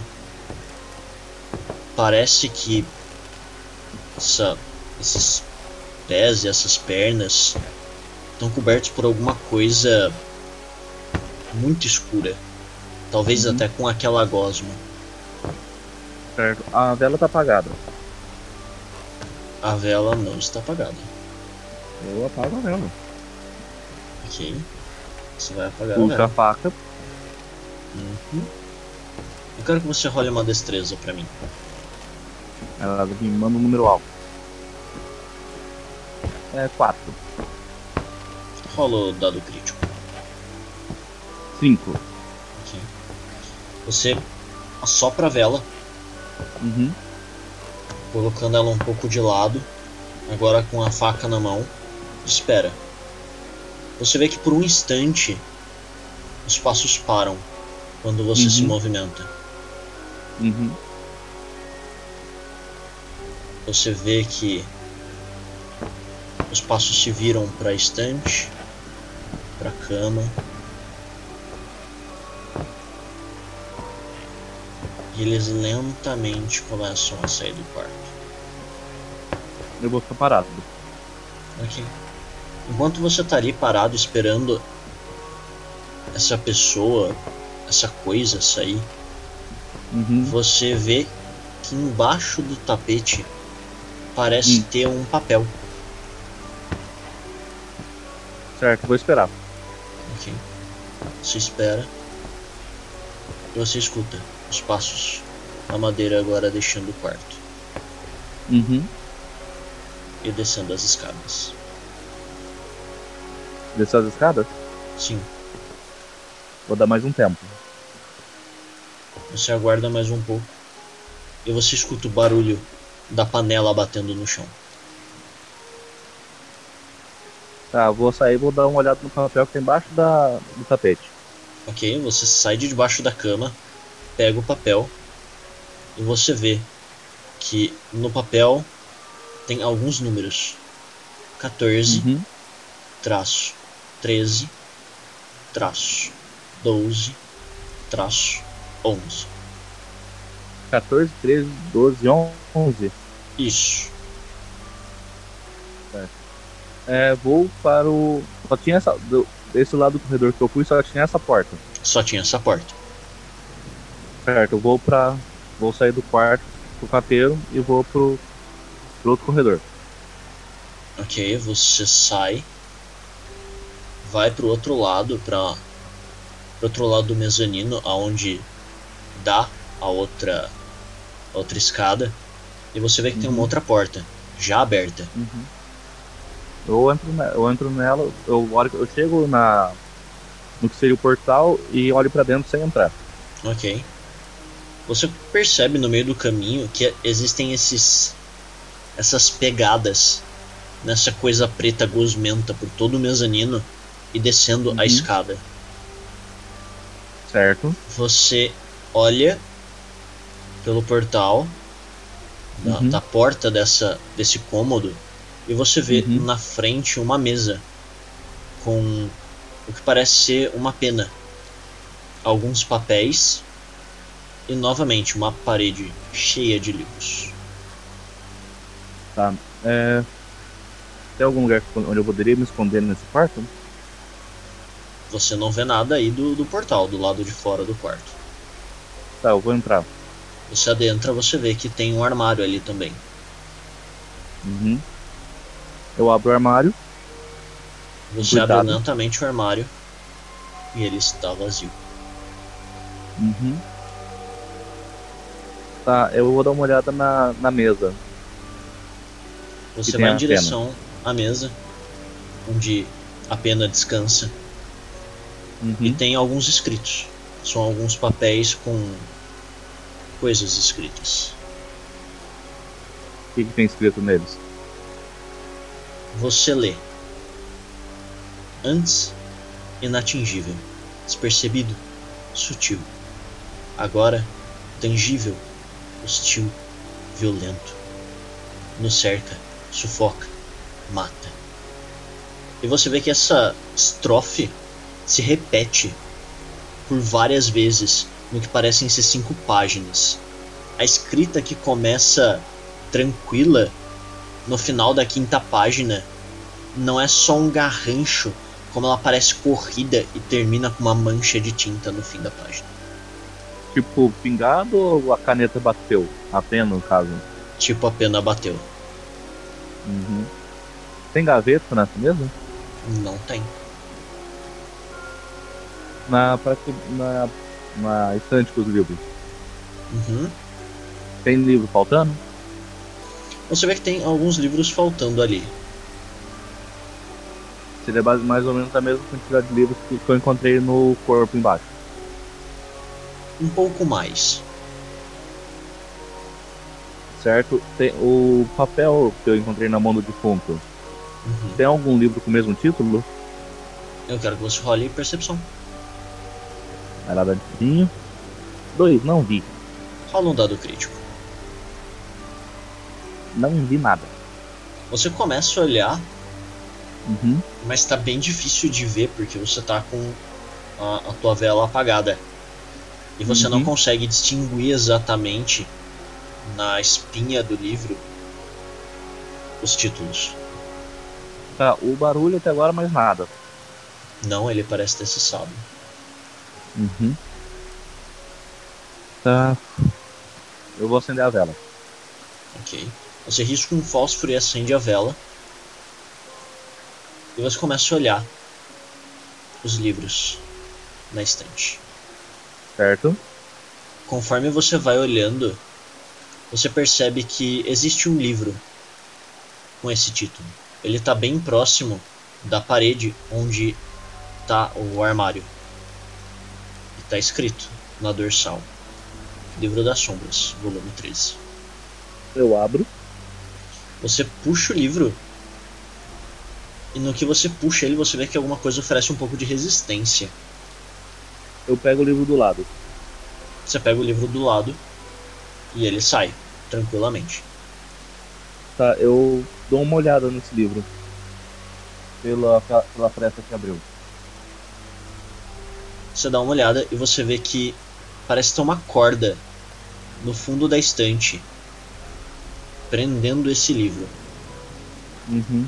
Speaker 1: Parece que essa- esses pés e essas pernas estão cobertos por alguma coisa muito escura, talvez
Speaker 2: Uhum.
Speaker 1: até com aquela gosma.
Speaker 2: Certo. A vela tá apagada.
Speaker 1: A vela não está apagada.
Speaker 2: Eu apago a vela.
Speaker 1: Ok. Você vai apagar a
Speaker 2: Puxa
Speaker 1: vela.
Speaker 2: a faca.
Speaker 1: Uhum. Eu quero que você role uma destreza pra mim.
Speaker 2: Ela me manda um número alto. É 4.
Speaker 1: Rola o dado crítico.
Speaker 2: 5.
Speaker 1: Você assopra a vela,
Speaker 2: Uhum.
Speaker 1: colocando ela um pouco de lado, agora com a faca na mão, espera. Você vê que por um instante os passos param quando você se
Speaker 2: Uhum.
Speaker 1: movimenta.
Speaker 2: Uhum.
Speaker 1: Você vê que os passos se viram para a estante, para a cama. E eles lentamente começam a sair do quarto.
Speaker 2: Eu vou ficar parado.
Speaker 1: Ok. Enquanto você tá ali parado esperando essa pessoa, essa coisa sair,
Speaker 2: Uhum.
Speaker 1: você vê que embaixo do tapete parece
Speaker 2: Hum.
Speaker 1: ter um papel.
Speaker 2: Certo, vou esperar.
Speaker 1: Ok. Você espera. E você escuta os passos. A madeira agora deixando o quarto
Speaker 2: Uhum.
Speaker 1: e descendo as escadas.
Speaker 2: Descer as escadas?
Speaker 1: Sim,
Speaker 2: Vou dar mais um tempo.
Speaker 1: você aguarda mais um pouco e você escuta o barulho da panela batendo no chão.
Speaker 2: Tá, vou sair e vou dar uma olhada no papel que tá embaixo da, do tapete.
Speaker 1: Ok, você sai de debaixo da cama, pega o papel e você vê que no papel tem alguns números: 14,
Speaker 2: Uhum.
Speaker 1: traço 13, traço 12, traço 11.
Speaker 2: 14, 13, 12, 11.
Speaker 1: Isso.
Speaker 2: É, vou para o. Só tinha essa. do- desse lado do corredor que eu fui, só tinha essa porta.
Speaker 1: Só tinha essa porta.
Speaker 2: Certo, eu vou pra. Vou sair do quarto pro capeiro e vou pro. pro outro corredor.
Speaker 1: Ok, você sai, vai pro outro lado, pra, pro outro lado do mezanino, aonde dá a outra, a outra escada, e você vê que tem uma
Speaker 2: Uhum.
Speaker 1: outra porta, já aberta.
Speaker 2: Eu entro, ne- eu entro nela, eu, olho, eu chego na. no que seria o portal e olho pra dentro sem entrar.
Speaker 1: Ok. Você percebe no meio do caminho que existem esses essas pegadas nessa coisa preta gosmenta por todo o mezanino e descendo
Speaker 2: Uhum.
Speaker 1: a escada.
Speaker 2: Certo?
Speaker 1: Você olha pelo portal da,
Speaker 2: Uhum.
Speaker 1: da porta dessa desse cômodo e você vê
Speaker 2: Uhum.
Speaker 1: na frente uma mesa com o que parece ser uma pena, alguns papéis e novamente uma parede cheia de livros.
Speaker 2: É. Tem algum lugar onde eu poderia me esconder nesse quarto?
Speaker 1: Você não vê nada aí do, do portal, do lado de fora do quarto.
Speaker 2: Tá, eu vou entrar.
Speaker 1: Você adentra, você vê que tem um armário ali também.
Speaker 2: Uhum. Eu abro o armário.
Speaker 1: Você
Speaker 2: Cuidado.
Speaker 1: abre lentamente o armário e ele está vazio.
Speaker 2: Uhum. Tá, eu vou dar uma olhada na, na mesa.
Speaker 1: Você
Speaker 2: tem
Speaker 1: vai
Speaker 2: a
Speaker 1: em direção à mesa, onde a pena descansa, e
Speaker 2: Uhum.
Speaker 1: tem alguns escritos. São alguns papéis com coisas escritas.
Speaker 2: O que, que tem escrito neles?
Speaker 1: Você lê. Antes, inatingível, despercebido, sutil. Agora, tangível, hostil, violento. Nos cerca, sufoca, mata. E você vê que essa estrofe se repete por várias vezes no que parecem ser cinco páginas. A escrita que começa tranquila no final da quinta página não é só um garrancho, como ela parece corrida e termina com uma mancha de tinta no fim da página.
Speaker 2: Tipo, pingado ou a caneta bateu? A pena, no caso.
Speaker 1: Tipo, a pena bateu.
Speaker 2: Uhum. Tem gaveta nessa mesa?
Speaker 1: Não tem.
Speaker 2: Na, prate- na, na estante com os livros.
Speaker 1: Uhum.
Speaker 2: Tem livro faltando?
Speaker 1: Você vê que tem alguns livros faltando ali.
Speaker 2: Seria base- mais ou menos a mesma quantidade de livros que que eu encontrei no corpo embaixo.
Speaker 1: um pouco mais.
Speaker 2: Certo? Tem o papel que eu encontrei na mão do defunto.
Speaker 1: Uhum.
Speaker 2: Tem algum livro com o mesmo título?
Speaker 1: Eu quero que você role percepção.
Speaker 2: Vai lá, dadinho. Dois, não vi.
Speaker 1: Rola um dado crítico.
Speaker 2: Não vi nada.
Speaker 1: Você começa a olhar,
Speaker 2: Uhum.
Speaker 1: mas tá bem difícil de ver porque você tá com a, a tua vela apagada. E você não
Speaker 2: Uhum.
Speaker 1: consegue distinguir exatamente na espinha do livro os títulos.
Speaker 2: Tá, o barulho até agora mais nada.
Speaker 1: Não, ele parece ter cessado.
Speaker 2: Uhum. Tá. Eu vou acender a vela.
Speaker 1: Ok. Você risca um fósforo e acende a vela. E você começa a olhar os livros na estante.
Speaker 2: Certo?
Speaker 1: Conforme você vai olhando, você percebe que existe um livro com esse título. Ele tá bem próximo da parede onde tá o armário. E tá escrito na dorsal. Livro das Sombras, volume 13.
Speaker 2: Eu abro.
Speaker 1: Você puxa o livro. E no que você puxa ele, você vê que alguma coisa oferece um pouco de resistência.
Speaker 2: Eu pego o livro do lado.
Speaker 1: Você pega o livro do lado e ele sai tranquilamente.
Speaker 2: Tá, eu dou uma olhada nesse livro. Pela, pela fresta que abriu.
Speaker 1: Você dá uma olhada e você vê que parece ter uma corda no fundo da estante prendendo esse livro.
Speaker 2: Uhum.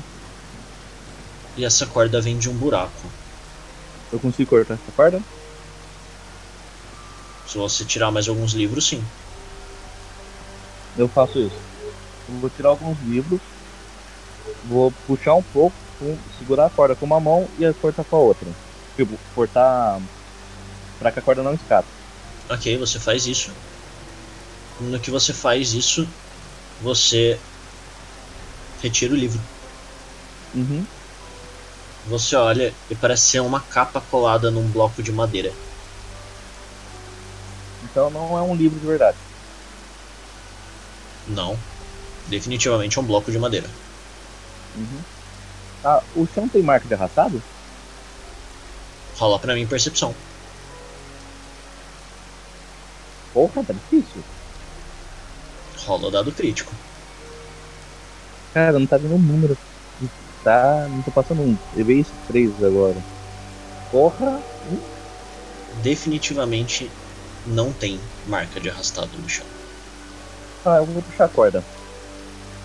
Speaker 1: E essa corda vem de um buraco.
Speaker 2: Eu consigo cortar essa corda?
Speaker 1: Se você tirar mais alguns livros, sim.
Speaker 2: Eu faço isso. Eu vou tirar alguns livros. Vou puxar um pouco, com- segurar a corda com uma mão e cortar com a outra. Tipo, cortar pra que a corda não escape.
Speaker 1: Ok, você faz isso. No que você faz isso, você retira o livro.
Speaker 2: Uhum.
Speaker 1: Você olha e parece ser uma capa colada num bloco de madeira.
Speaker 2: Então não é um livro de verdade.
Speaker 1: Não. Definitivamente é um bloco de madeira.
Speaker 2: Uhum. Ah, o chão tem marca de arrastado?
Speaker 1: Rola pra mim percepção.
Speaker 2: Porra, tá difícil.
Speaker 1: Rola o dado crítico.
Speaker 2: Cara, não tá vendo o número. Tá, não tô passando um. Levei esses três agora. Porra,
Speaker 1: Definitivamente não tem marca de arrastado no chão.
Speaker 2: ah, eu vou puxar a corda.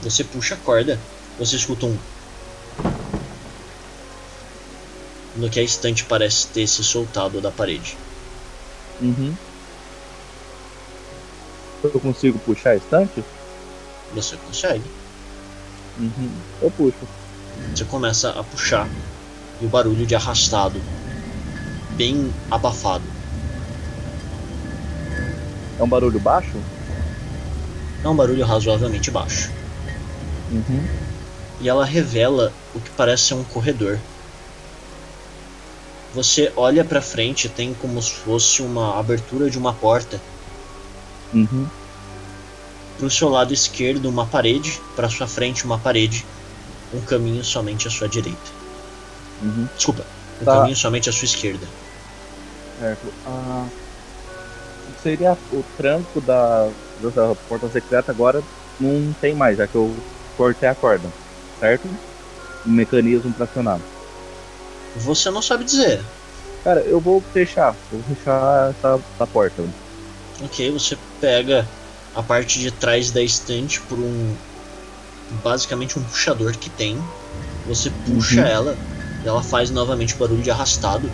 Speaker 1: Você puxa a corda, você escuta um. No que a estante parece ter se soltado da parede.
Speaker 2: Uhum. Eu consigo puxar a estante?
Speaker 1: Você consegue.
Speaker 2: Uhum. Eu puxo.
Speaker 1: Você começa a puxar e o barulho de arrastado, bem abafado.
Speaker 2: É um barulho baixo?
Speaker 1: É um barulho razoavelmente baixo.
Speaker 2: Uhum.
Speaker 1: E ela revela o que parece ser um corredor. Você olha pra frente, tem como se fosse uma abertura de uma porta.
Speaker 2: Uhum.
Speaker 1: Pro seu lado esquerdo, uma parede. Pra sua frente, uma parede. Um caminho somente à sua direita.
Speaker 2: Uhum.
Speaker 1: Desculpa, um
Speaker 2: Tá.
Speaker 1: caminho somente à sua esquerda.
Speaker 2: Certo. Ah, seria o tranco da, dessa porta secreta agora não tem mais, já que eu cortei a corda, certo? O mecanismo pra acionar.
Speaker 1: Você não sabe dizer.
Speaker 2: Cara, eu vou fechar, eu vou fechar essa, essa porta.
Speaker 1: Ok, você pega a parte de trás da estante por um. basicamente um puxador que tem. Você puxa
Speaker 2: Uhum.
Speaker 1: ela e ela faz novamente barulho de arrastado.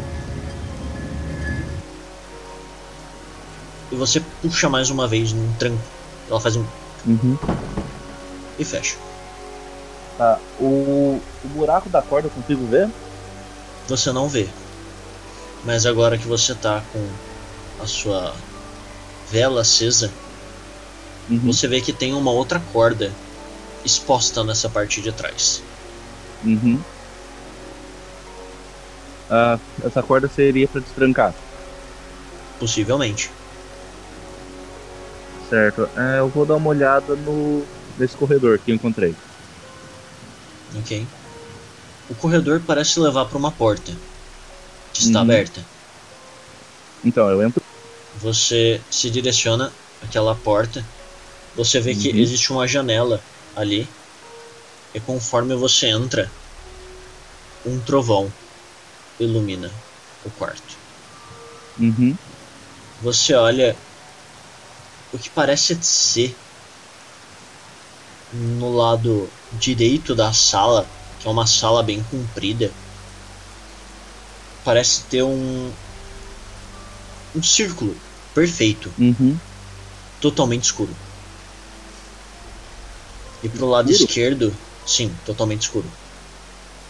Speaker 1: E você puxa mais uma vez num tranco. Ela faz um.
Speaker 2: Uhum.
Speaker 1: e fecha.
Speaker 2: Tá, o, o buraco da corda eu consigo ver?
Speaker 1: Você não vê. Mas agora que você tá com a sua vela acesa,
Speaker 2: Uhum.
Speaker 1: você vê que tem uma outra corda exposta nessa parte de trás.
Speaker 2: Uhum. Ah, essa corda seria pra destrancar.
Speaker 1: Possivelmente.
Speaker 2: Certo. É, eu vou dar uma olhada no nesse corredor que eu encontrei.
Speaker 1: Ok. O corredor parece levar para uma porta que está
Speaker 2: Uhum.
Speaker 1: aberta.
Speaker 2: Então, eu entro.
Speaker 1: Você se direciona àquela porta. Você vê que
Speaker 2: Uhum.
Speaker 1: existe uma janela ali. E conforme você entra, um trovão ilumina o quarto.
Speaker 2: Uhum.
Speaker 1: Você olha o que parece ser no lado direito da sala, que é uma sala bem comprida. Parece ter um um círculo perfeito,
Speaker 2: Uhum.
Speaker 1: totalmente escuro. E pro lado
Speaker 2: Escuro?
Speaker 1: esquerdo, sim, totalmente escuro.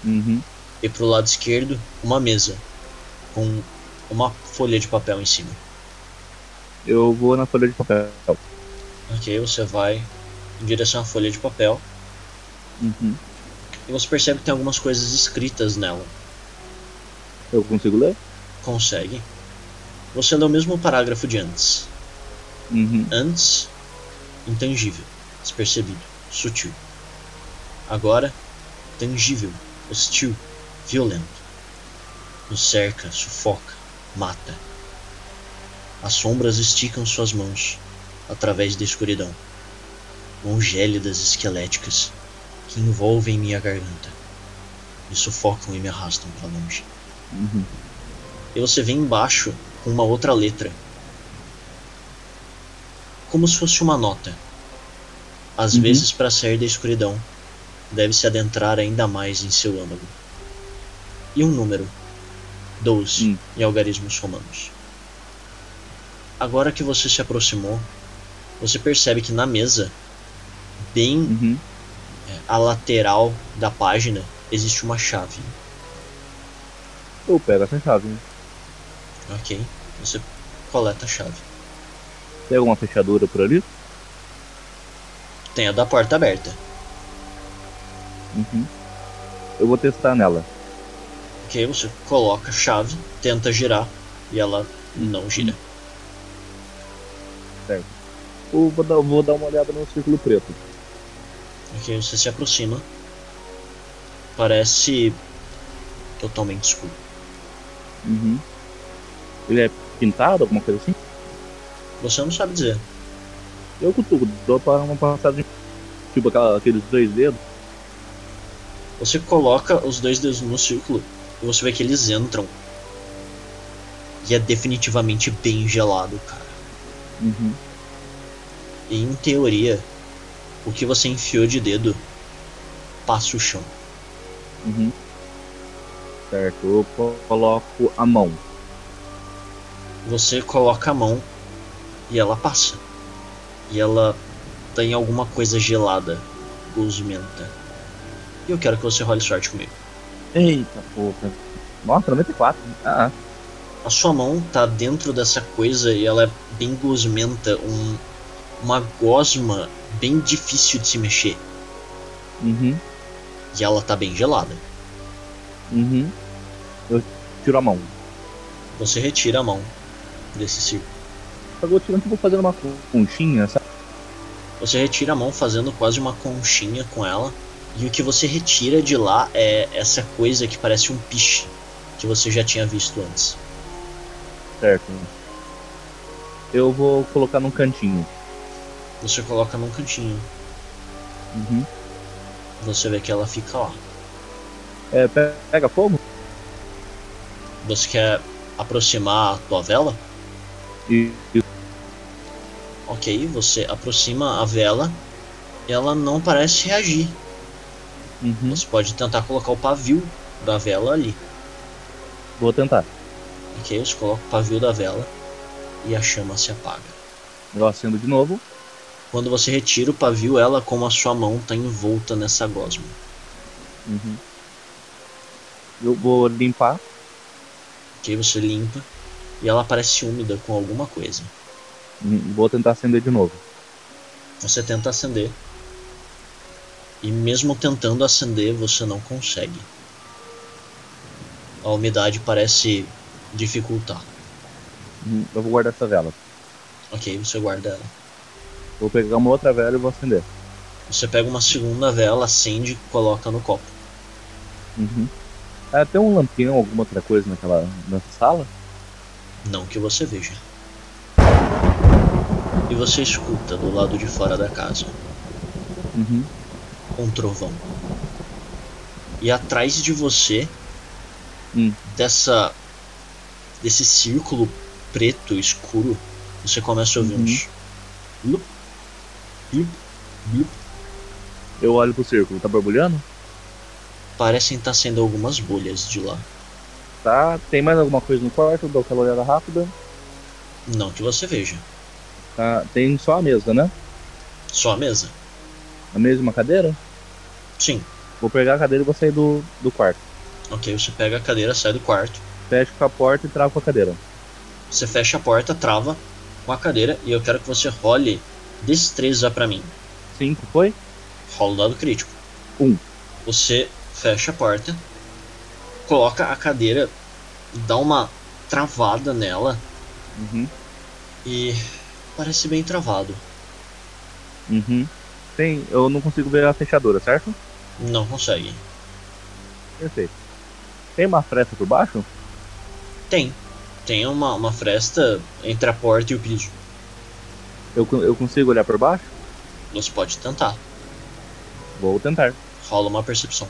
Speaker 2: Uhum.
Speaker 1: E pro lado esquerdo, uma mesa com uma folha de papel em cima.
Speaker 2: Eu vou na folha de papel.
Speaker 1: Ok, você vai em direção à folha de papel
Speaker 2: Uhum.
Speaker 1: e você percebe que tem algumas coisas escritas nela.
Speaker 2: Eu consigo ler?
Speaker 1: Consegue. Você lê o mesmo parágrafo de antes.
Speaker 2: Uhum.
Speaker 1: Antes, intangível, despercebido, sutil. Agora, tangível, hostil, violento. Nos cerca, sufoca, mata. As sombras esticam suas mãos através da escuridão. Mãos gélidas esqueléticas que envolvem minha garganta. Me sufocam e me arrastam para longe.
Speaker 2: Uhum.
Speaker 1: E você vê embaixo com uma outra letra. Como se fosse uma nota. Às
Speaker 2: Uhum.
Speaker 1: vezes, para sair da escuridão, deve se adentrar ainda mais em seu âmago. E um número: 12
Speaker 2: Hum.
Speaker 1: em algarismos romanos. Agora que você se aproximou, você percebe que na mesa, bem
Speaker 2: Uhum.
Speaker 1: eh, à lateral da página, existe uma chave.
Speaker 2: Eu pego essa chave.
Speaker 1: Ok? Você coleta a chave.
Speaker 2: Tem alguma fechadura por ali?
Speaker 1: Tem a da porta aberta.
Speaker 2: Uhum. Eu vou testar nela.
Speaker 1: Ok, você coloca a chave, tenta girar e ela não gira.
Speaker 2: Eu vou dar, vou dar uma olhada no círculo preto.
Speaker 1: Ok, você se aproxima. Parece totalmente escuro.
Speaker 2: Uhum. Ele é pintado, alguma coisa assim?
Speaker 1: Você não sabe dizer.
Speaker 2: Eu cutuco, dou para uma passada de... Tipo aquela- aqueles dois dedos.
Speaker 1: Você coloca os dois dedos no círculo e você vê que eles entram. E é definitivamente bem gelado, cara.
Speaker 2: Uhum.
Speaker 1: E em teoria, o que você enfiou de dedo passa o chão.
Speaker 2: Uhum. Certo, eu co- coloco a mão.
Speaker 1: Você coloca a mão e ela passa. E ela tem alguma coisa gelada, gosmenta. E eu quero que você role sorte comigo.
Speaker 2: Eita porra. Nossa, 94. Ah,
Speaker 1: A sua mão tá dentro dessa coisa e ela é bem gosmenta, um, uma gosma bem difícil de se mexer.
Speaker 2: uhum,
Speaker 1: E ela tá bem gelada.
Speaker 2: uhum. Eu tiro a mão.
Speaker 1: Você retira a mão desse círculo.
Speaker 2: Agora eu tirando, tipo, fazendo uma conchinha, sabe?
Speaker 1: Você retira a mão fazendo quase uma conchinha com ela. E o que você retira de lá é essa coisa que parece um piche que você já tinha visto antes.
Speaker 2: Certo. Eu vou colocar num cantinho.
Speaker 1: Você coloca num cantinho,
Speaker 2: Uhum.
Speaker 1: você vê que ela fica lá.
Speaker 2: É, pe- pega fogo?
Speaker 1: Você quer aproximar a tua vela?
Speaker 2: E e
Speaker 1: Ok, você aproxima a vela e ela não parece reagir.
Speaker 2: Uhum.
Speaker 1: Você pode tentar colocar o pavio da vela ali.
Speaker 2: Vou tentar.
Speaker 1: Ok, você coloca o pavio da vela e a chama se apaga.
Speaker 2: Eu acendo de novo.
Speaker 1: Quando você retira o pavio, ela, como a sua mão, tá envolta nessa gosma.
Speaker 2: Uhum. Eu vou limpar.
Speaker 1: Ok, você limpa e ela parece úmida com alguma coisa.
Speaker 2: Uhum. Vou tentar acender de novo.
Speaker 1: Você tenta acender. E mesmo tentando acender, você não consegue. A umidade parece dificultar.
Speaker 2: Uhum. Eu vou guardar essa vela.
Speaker 1: Ok, você guarda ela.
Speaker 2: Vou pegar uma outra vela e vou acender.
Speaker 1: Você pega uma segunda vela, acende e coloca no copo.
Speaker 2: Uhum. Ah, tem um lampião, alguma outra coisa naquela nessa sala?
Speaker 1: Não que você veja. E você escuta do lado de fora da casa
Speaker 2: Uhum.
Speaker 1: um trovão. E atrás de você,
Speaker 2: Hum.
Speaker 1: dessa desse círculo preto escuro, você começa a ouvir
Speaker 2: Uhum.
Speaker 1: uns blup, blup, blup.
Speaker 2: Eu olho pro círculo, tá borbulhando?
Speaker 1: parecem estar sendo algumas bolhas de lá.
Speaker 2: Tá, tem mais alguma coisa no quarto? Dou aquela olhada rápida.
Speaker 1: Não que você veja,
Speaker 2: Tá, tem só a mesa, né?
Speaker 1: só a mesa.
Speaker 2: A mesa e uma cadeira?
Speaker 1: Sim.
Speaker 2: Vou pegar a cadeira e vou sair do, do quarto.
Speaker 1: OK, você pega a cadeira, sai do quarto,
Speaker 2: Fecho com a porta e travo com a cadeira.
Speaker 1: você fecha a porta, trava com a cadeira e eu quero que você role destreza pra mim.
Speaker 2: Cinco, foi?
Speaker 1: Rola o dado crítico.
Speaker 2: Um.
Speaker 1: Você fecha a porta, coloca a cadeira, dá uma travada nela
Speaker 2: Uhum.
Speaker 1: e parece bem travado.
Speaker 2: Uhum. Tem, eu não consigo ver a fechadura, certo?
Speaker 1: Não consegue.
Speaker 2: Perfeito. Tem uma fresta por baixo?
Speaker 1: Tem. Tem uma, uma fresta entre a porta e o piso.
Speaker 2: Eu, con- eu consigo olhar por baixo?
Speaker 1: Você pode tentar.
Speaker 2: Vou tentar.
Speaker 1: Rola uma percepção.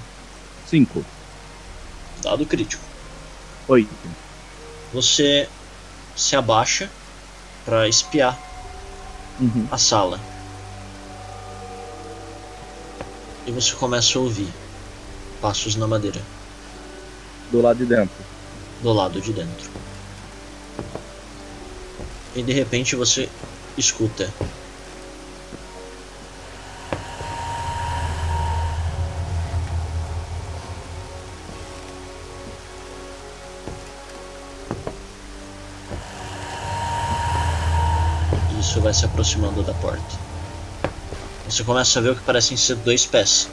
Speaker 2: Cinco.
Speaker 1: Dado crítico.
Speaker 2: Oito.
Speaker 1: Você se abaixa pra espiar
Speaker 2: Uhum.
Speaker 1: a sala. E você começa a ouvir passos na madeira.
Speaker 2: Do lado de dentro.
Speaker 1: do lado de dentro. E de repente você escuta. E Isso vai se aproximando da porta. Você começa a ver o que parecem ser dois pés.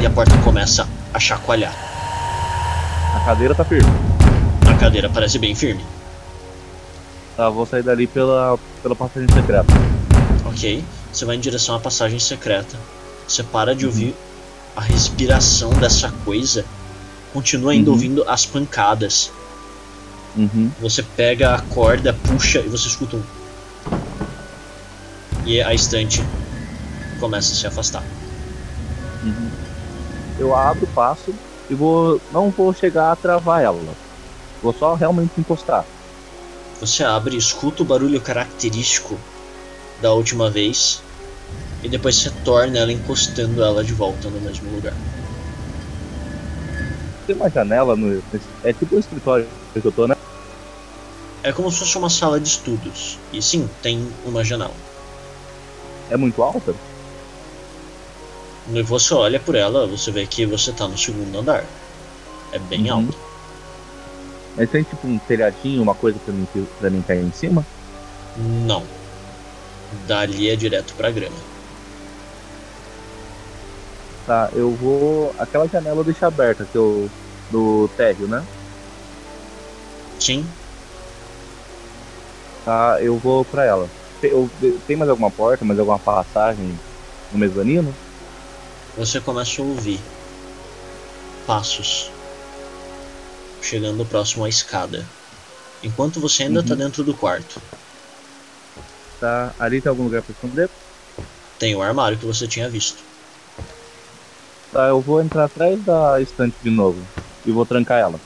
Speaker 1: E a porta começa a chacoalhar.
Speaker 2: A cadeira tá firme.
Speaker 1: A cadeira parece bem firme.
Speaker 2: Tá, vou sair dali pela, pela passagem secreta.
Speaker 1: Ok, você vai em direção à passagem secreta. Você para de ouvir a respiração dessa coisa. Continua ainda
Speaker 2: Uhum.
Speaker 1: ouvindo as pancadas.
Speaker 2: Uhum.
Speaker 1: Você pega a corda, puxa e você escuta um. E a estante começa a se afastar.
Speaker 2: Uhum. Eu abro o passo e vou. Não vou chegar a travar ela. Vou só realmente encostar.
Speaker 1: Você abre, escuta o barulho característico da última vez. E depois você torna ela encostando ela de volta no mesmo lugar.
Speaker 2: Tem uma janela no. É tipo um escritório que eu tô, né?
Speaker 1: É como se fosse uma sala de estudos. E sim, tem uma janela.
Speaker 2: É muito alta?
Speaker 1: E você olha por ela, você vê que você tá no segundo andar. É bem
Speaker 2: Uhum.
Speaker 1: alto.
Speaker 2: Mas tem tipo um telhadinho, uma coisa pra mim, pra mim cair em cima?
Speaker 1: Não. Dali é direto pra grama.
Speaker 2: Tá, eu vou. Aquela janela eu deixo aberta, que eu. Do térreo, né?
Speaker 1: Sim,
Speaker 2: Tá, eu vou pra ela. Tem, eu- tem mais alguma porta, mais alguma passagem no mezanino?
Speaker 1: você começa a ouvir passos chegando próximo à escada. Enquanto você ainda
Speaker 2: Uhum.
Speaker 1: tá dentro do quarto,
Speaker 2: Tá, ali tem algum lugar pra esconder?
Speaker 1: tem o armário que você tinha visto.
Speaker 2: Tá, eu vou entrar atrás da estante de novo e vou trancar ela.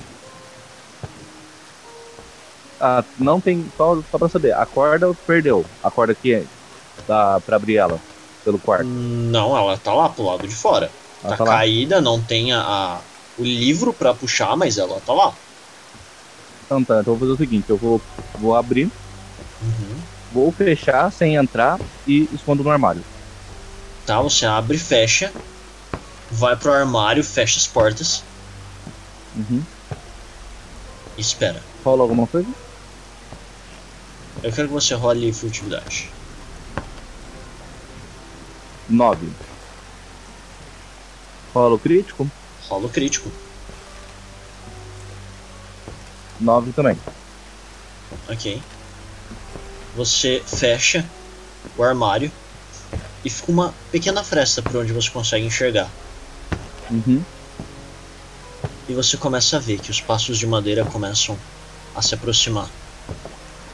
Speaker 2: Ah, não tem. Só, só pra saber, a corda perdeu. A corda que é dá pra abrir ela pelo quarto.
Speaker 1: Não, ela tá lá pro lado de fora.
Speaker 2: Ela
Speaker 1: Tá,
Speaker 2: tá lá.
Speaker 1: caída, não tem a, a- o livro pra puxar, mas ela tá lá.
Speaker 2: Então tá, então eu vou fazer o seguinte, eu vou, vou abrir,
Speaker 1: Uhum.
Speaker 2: vou fechar sem entrar e escondo no armário.
Speaker 1: Tá, você abre e fecha. Vai pro armário, fecha as portas
Speaker 2: Uhum.
Speaker 1: e espera.
Speaker 2: Rola alguma coisa?
Speaker 1: Eu quero que você role furtividade.
Speaker 2: Nove. Rola o crítico?
Speaker 1: Rola o crítico.
Speaker 2: Nove também.
Speaker 1: Ok. Você fecha o armário e fica uma pequena fresta por onde você consegue enxergar.
Speaker 2: Uhum.
Speaker 1: E você começa a ver que os passos de madeira começam a se aproximar.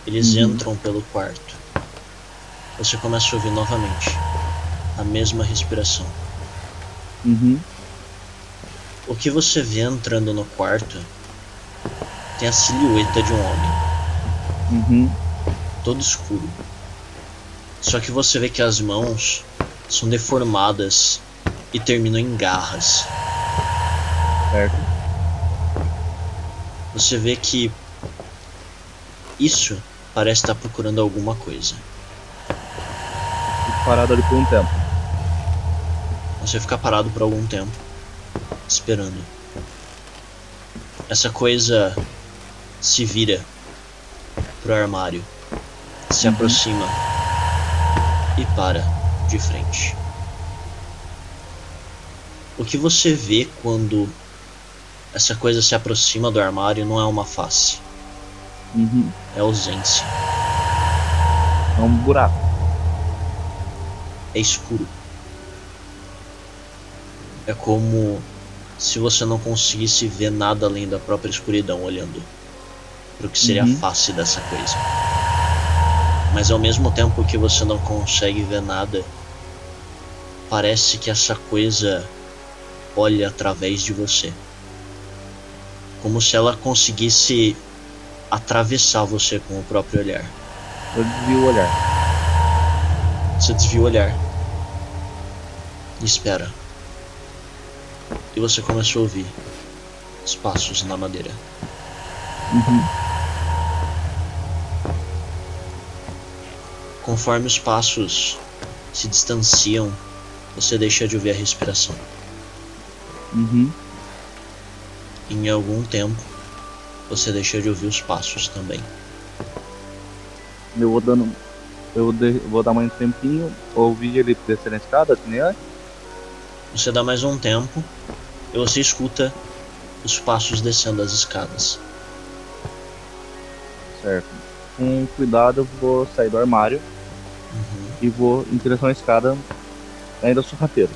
Speaker 1: Eles
Speaker 2: Uhum.
Speaker 1: entram pelo quarto. Você começa a ouvir novamente a mesma respiração.
Speaker 2: Uhum.
Speaker 1: O que você vê entrando no quarto tem a silhueta de um homem,
Speaker 2: Uhum.
Speaker 1: todo escuro. Só que você vê que as mãos são deformadas e terminam em garras.
Speaker 2: Certo.
Speaker 1: Você vê que isso parece estar procurando alguma coisa.
Speaker 2: Fico parado ali por um tempo.
Speaker 1: Você fica parado por algum tempo, esperando. Essa coisa se vira pro armário, se
Speaker 2: Uhum.
Speaker 1: aproxima e para de frente. O que você vê quando essa coisa se aproxima do armário não é uma face,
Speaker 2: Uhum.
Speaker 1: é ausência,
Speaker 2: É um buraco.
Speaker 1: é escuro. É como se você não conseguisse ver nada além da própria escuridão olhando pro que seria
Speaker 2: Uhum.
Speaker 1: a face dessa coisa. Mas ao mesmo tempo que você não consegue ver nada, parece que essa coisa olha através de você. Como se ela conseguisse atravessar você com o próprio olhar.
Speaker 2: Eu desvio o olhar.
Speaker 1: Você desvia o olhar. E espera. E você começou a ouvir os passos na madeira.
Speaker 2: Uhum.
Speaker 1: Conforme os passos se distanciam, você deixa de ouvir a respiração.
Speaker 2: Uhum.
Speaker 1: Em algum tempo, você deixa de ouvir os passos também.
Speaker 2: Eu vou dando. Eu vou, de- vou dar mais um tempinho. Ouvi ele descer na escada, que nem é, antes.
Speaker 1: Você dá mais um tempo e você escuta os passos descendo as escadas.
Speaker 2: Certo. Com cuidado, eu vou sair do armário
Speaker 1: Uhum.
Speaker 2: e vou em direção à escada, ainda sorrateiro.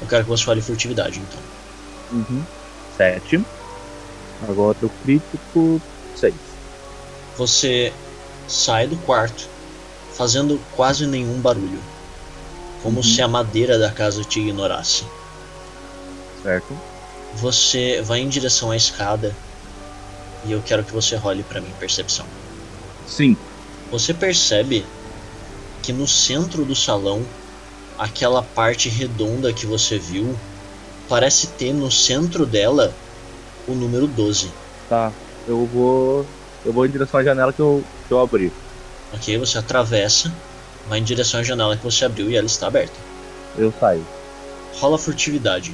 Speaker 1: Eu quero que você fale furtividade, então.
Speaker 2: Uhum. Sete. Agora o crítico, seis.
Speaker 1: Você sai do quarto fazendo quase nenhum barulho, como
Speaker 2: Uhum.
Speaker 1: se a madeira da casa te ignorasse.
Speaker 2: Certo.
Speaker 1: Você vai em direção à escada e eu quero que você role pra mim percepção.
Speaker 2: Cinco.
Speaker 1: Você percebe que no centro do salão, aquela parte redonda que você viu, parece ter no centro dela o número 12.
Speaker 2: Tá. Eu vou. Eu vou em direção à janela que eu, que eu abri.
Speaker 1: Ok? Você atravessa, vai em direção à janela que você abriu e ela está aberta.
Speaker 2: Eu saio.
Speaker 1: rola furtividade.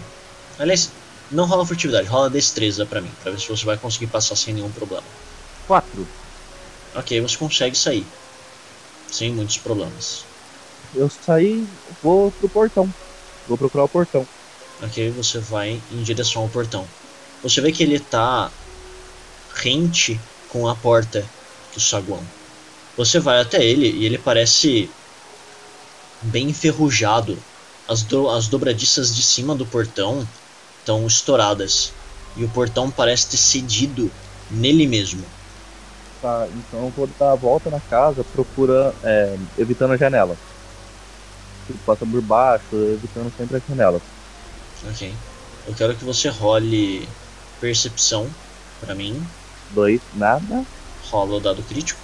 Speaker 1: Aliás, não rola furtividade, rola destreza pra mim, pra ver se você vai conseguir passar sem nenhum problema.
Speaker 2: Quatro.
Speaker 1: Ok, você consegue sair. Sem muitos problemas.
Speaker 2: Eu saí, vou pro portão. Vou procurar o portão.
Speaker 1: Ok, você vai em direção ao portão. Você vê que ele tá rente com a porta do saguão. Você vai até ele e ele parece bem enferrujado. As, do- as dobradiças de cima do portão estão estouradas. E o portão parece ter cedido nele mesmo.
Speaker 2: Tá, então eu vou dar a volta na casa, procura, é, evitando a janela. Tipo, Passa por baixo, evitando sempre a janela.
Speaker 1: Ok. Eu quero que você role percepção pra mim.
Speaker 2: Dois, nada.
Speaker 1: Rola o dado crítico.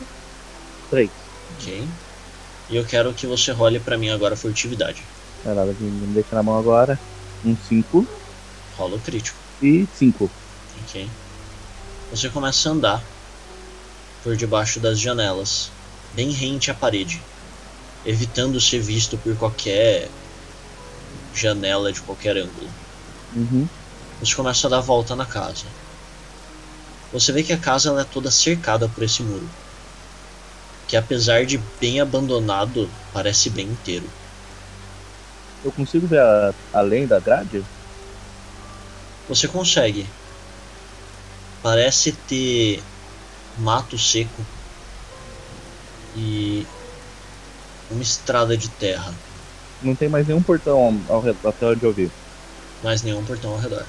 Speaker 2: Três.
Speaker 1: Ok. E eu quero que você role pra mim agora furtividade.
Speaker 2: Não é nada que me deixa na mão agora. Um cinco
Speaker 1: Rola o crítico.
Speaker 2: e cinco.
Speaker 1: Ok. Você começa a andar por debaixo das janelas, bem rente à parede, evitando ser visto por qualquer janela de qualquer ângulo.
Speaker 2: Uhum.
Speaker 1: Você começa a dar volta na casa. Você vê que a casa ela é toda cercada por esse muro, que apesar de bem abandonado, parece bem inteiro.
Speaker 2: Eu consigo ver a, além da grade?
Speaker 1: Você consegue. Parece ter mato seco e uma estrada de terra.
Speaker 2: Não tem mais nenhum portão ao redor, até onde eu vi.
Speaker 1: Mais nenhum portão ao redor.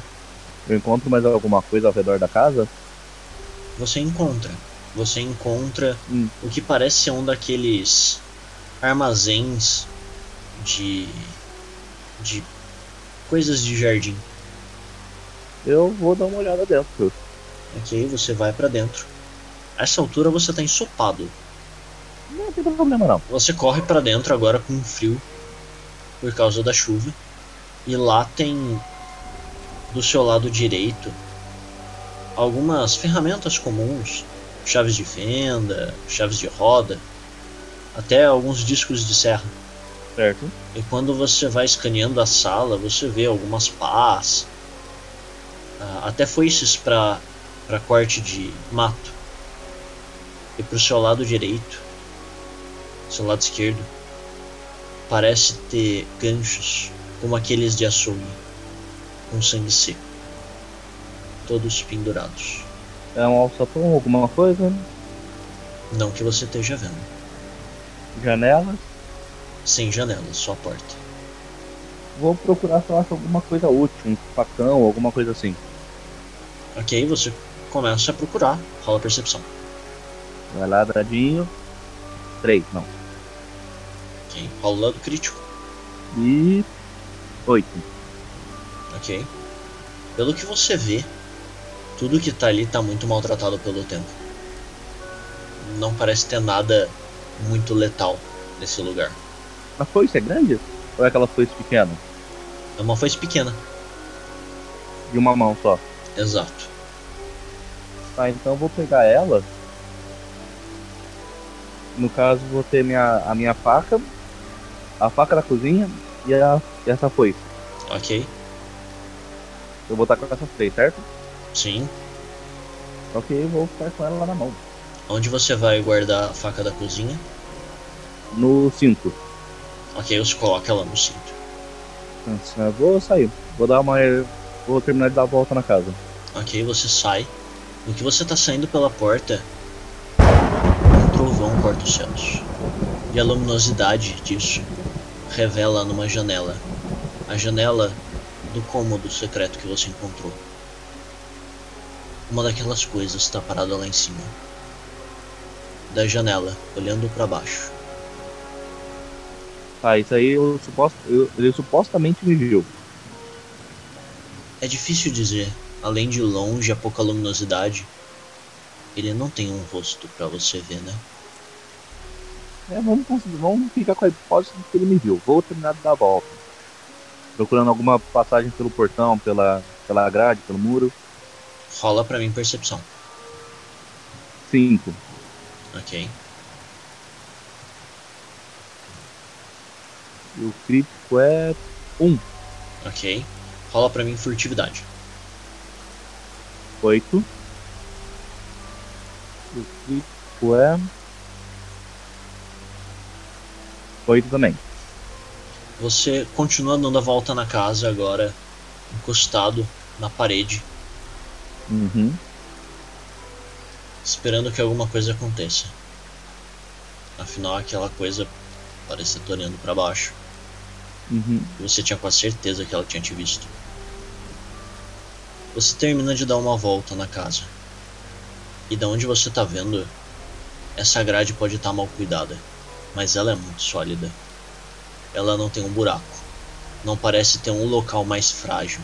Speaker 2: Eu encontro mais alguma coisa ao redor da casa?
Speaker 1: Você encontra. Você encontra
Speaker 2: Hum.
Speaker 1: o que parece ser um daqueles armazéns de. de coisas de jardim.
Speaker 2: Eu vou dar uma olhada dentro.
Speaker 1: Ok, você vai pra dentro. A essa altura você tá ensopado.
Speaker 2: Não tem problema não.
Speaker 1: Você corre pra dentro agora com frio por causa da chuva. E lá tem do seu lado direito algumas ferramentas comuns, chaves de fenda, chaves de roda, até alguns discos de serra.
Speaker 2: Certo.
Speaker 1: E quando você vai escaneando a sala, você vê algumas pás, ah, até foices para para corte de mato. E pro seu lado direito, seu lado esquerdo, parece ter ganchos como aqueles de açougue, com sangue seco, todos pendurados.
Speaker 2: É um alçapão, alguma coisa?
Speaker 1: Não que você esteja vendo,
Speaker 2: Janela.
Speaker 1: sem janela, só a porta.
Speaker 2: Vou procurar se eu acho alguma coisa útil, um facão, alguma coisa assim.
Speaker 1: Ok, você começa a procurar, rola a percepção.
Speaker 2: Vai lá, dadinho. Três, não.
Speaker 1: Ok, rola o lado crítico.
Speaker 2: E. Oito.
Speaker 1: Ok. Pelo que você vê, tudo que tá ali tá muito maltratado pelo tempo. Não parece ter nada muito letal nesse lugar.
Speaker 2: A foice é grande? Ou é aquela foice pequena?
Speaker 1: É uma foice pequena.
Speaker 2: De uma mão só.
Speaker 1: Exato.
Speaker 2: Tá, então eu vou pegar ela. No caso, vou ter minha, a minha faca, a faca da cozinha e, a, e essa foice.
Speaker 1: Ok.
Speaker 2: Eu vou estar com essas três, certo?
Speaker 1: Sim.
Speaker 2: Só que eu vou ficar com ela lá na mão.
Speaker 1: Onde você vai guardar a faca da cozinha?
Speaker 2: No cinco.
Speaker 1: Ok, você coloca ela no cinto.
Speaker 2: Nossa, eu Vou sair. Vou dar uma. Vou terminar de dar a volta na casa.
Speaker 1: Ok, você sai. No que você tá saindo pela porta, um trovão corta os céus. E a luminosidade disso revela numa janela. A janela do cômodo secreto que você encontrou. Uma daquelas coisas está parada lá em cima. Da janela, olhando pra baixo.
Speaker 2: Tá, isso aí eu suposto, eu- ele supostamente me viu.
Speaker 1: É difícil dizer, além de longe a pouca luminosidade, ele não tem um rosto pra você ver, né?
Speaker 2: É, vamos, conseguir- vamos ficar com a hipótese de que ele me viu. Vou terminar de dar a volta. Procurando alguma passagem pelo portão, pela, pela grade, pelo muro.
Speaker 1: Rola pra mim percepção,
Speaker 2: Cinco.
Speaker 1: ok?
Speaker 2: E o crítico é.
Speaker 1: Ok. Rola pra mim furtividade.
Speaker 2: Oito. E o crítico é. Oito também.
Speaker 1: Você continua dando a volta na casa agora, encostado na parede,
Speaker 2: Uhum.
Speaker 1: esperando que alguma coisa aconteça. Afinal, aquela coisa parece estar olhando pra baixo.
Speaker 2: Uhum.
Speaker 1: E você tinha quase certeza que ela tinha te visto. Você termina de dar uma volta na casa. E da onde você tá vendo, essa grade pode estar mal cuidada, mas ela é muito sólida. Ela não tem um buraco. Não parece ter um local mais frágil.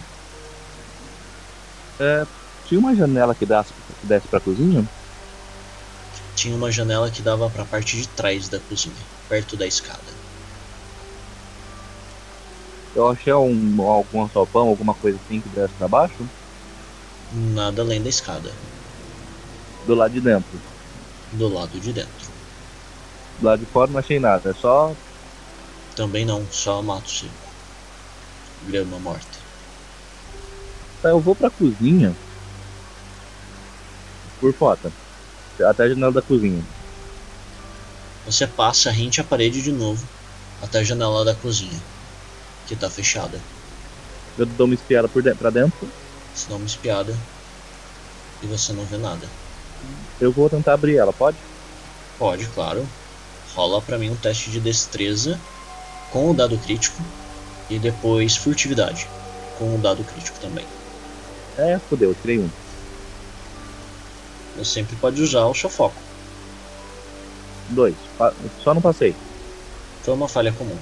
Speaker 2: É, Tinha uma janela que desse, que desse pra cozinha?
Speaker 1: Tinha uma janela que dava pra parte de trás da cozinha, perto da escada.
Speaker 2: Eu achei um, algum alçapão, alguma coisa assim que desce pra baixo,
Speaker 1: Nada além da escada,
Speaker 2: do lado de dentro.
Speaker 1: do lado de dentro.
Speaker 2: Do lado de fora não achei nada, é só.
Speaker 1: Também não, só mato seco. Grama morta.
Speaker 2: Tá, eu vou pra cozinha. Por foto. Até a janela da cozinha.
Speaker 1: Você passa rente à parede de novo, até a janela da cozinha, que tá fechada.
Speaker 2: Eu dou uma espiada por de pra dentro,
Speaker 1: Você dá uma espiada e você não vê nada.
Speaker 2: eu vou tentar abrir ela, pode?
Speaker 1: Pode, claro. Rola pra mim um teste de destreza com o dado crítico e depois furtividade com o dado crítico também.
Speaker 2: É, fodeu, tirei um.
Speaker 1: Você sempre pode usar o seu foco.
Speaker 2: Dois. Pa- Só não passei.
Speaker 1: Foi uma falha comum.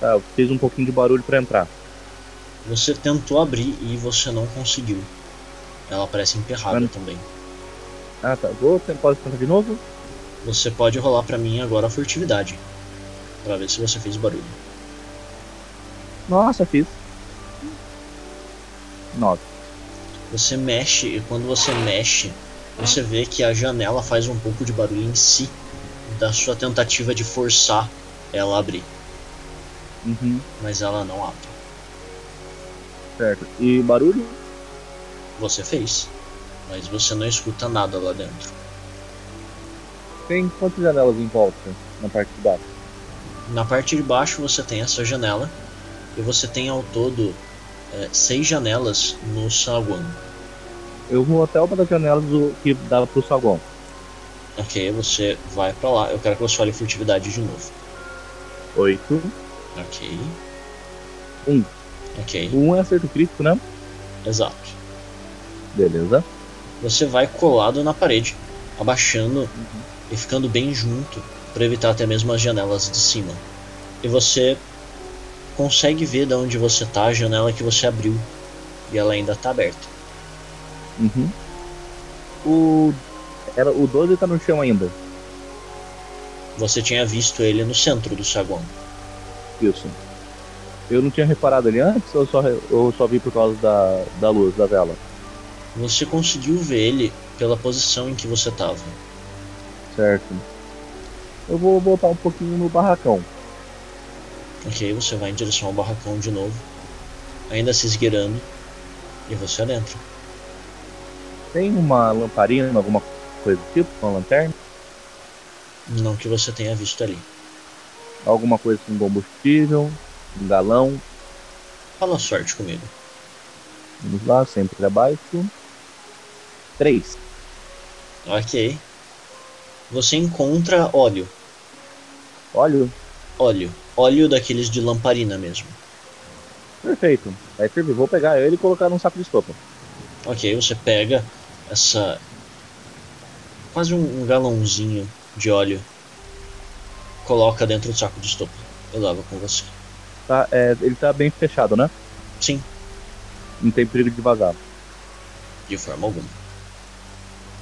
Speaker 2: Tá, eu fiz um pouquinho de barulho pra entrar.
Speaker 1: Você tentou abrir e você não conseguiu. Ela parece emperrada
Speaker 2: Mano.
Speaker 1: também.
Speaker 2: Ah, tá. Vou, te- posso tentar de novo?
Speaker 1: Você pode rolar pra mim agora a furtividade. Pra ver se você fez barulho.
Speaker 2: Nossa, fiz. Nove.
Speaker 1: Você mexe e quando você mexe, você vê que a janela faz um pouco de barulho em si da sua tentativa de forçar ela a abrir,
Speaker 2: Uhum.
Speaker 1: mas ela não abre.
Speaker 2: Certo. E barulho?
Speaker 1: Você fez, mas você não escuta nada lá dentro.
Speaker 2: Tem quantas janelas em volta na parte de baixo?
Speaker 1: Na parte de baixo você tem essa janela e você tem ao todo eh, seis janelas no saguão.
Speaker 2: Eu vou até uma das janelas do, que dava pro saguão.
Speaker 1: Ok, você vai pra lá. Eu quero que você olhe furtividade de novo.
Speaker 2: Oito.
Speaker 1: Ok.
Speaker 2: Um.
Speaker 1: Ok,
Speaker 2: Um é acerto crítico, né?
Speaker 1: exato.
Speaker 2: Beleza.
Speaker 1: Você vai colado na parede, abaixando e ficando bem junto para evitar até mesmo as janelas de cima. E você consegue ver de onde você tá a janela que você abriu e ela ainda tá aberta.
Speaker 2: Uhum. O. Era, o 12 tá no chão ainda.
Speaker 1: Você tinha visto ele no centro do saguão.
Speaker 2: Isso. Eu não tinha reparado ele antes ou só, re- ou só vi por causa da, da luz, da vela?
Speaker 1: Você conseguiu ver ele pela posição em que você tava.
Speaker 2: Certo. Eu vou voltar um pouquinho no barracão.
Speaker 1: Ok, você vai em direção ao barracão de novo, ainda se esgueirando, e você adentra.
Speaker 2: Tem uma lamparina, alguma coisa do tipo? Uma lanterna?
Speaker 1: Não que você tenha visto ali.
Speaker 2: Alguma coisa com combustível? Um galão?
Speaker 1: Fala sorte comigo.
Speaker 2: Vamos lá, sempre abaixo. Três.
Speaker 1: Ok. Você encontra óleo.
Speaker 2: Óleo?
Speaker 1: Óleo. Óleo daqueles de lamparina mesmo.
Speaker 2: Perfeito. Vai servir. Vou pegar ele e colocar num saco de estopa.
Speaker 1: Ok, você pega essa. quase um, um galãozinho de óleo. Coloca dentro do saco de estopa. Eu lavo com você.
Speaker 2: Tá, é, ele tá bem fechado, né?
Speaker 1: Sim,
Speaker 2: Não tem perigo de vazar.
Speaker 1: de forma alguma.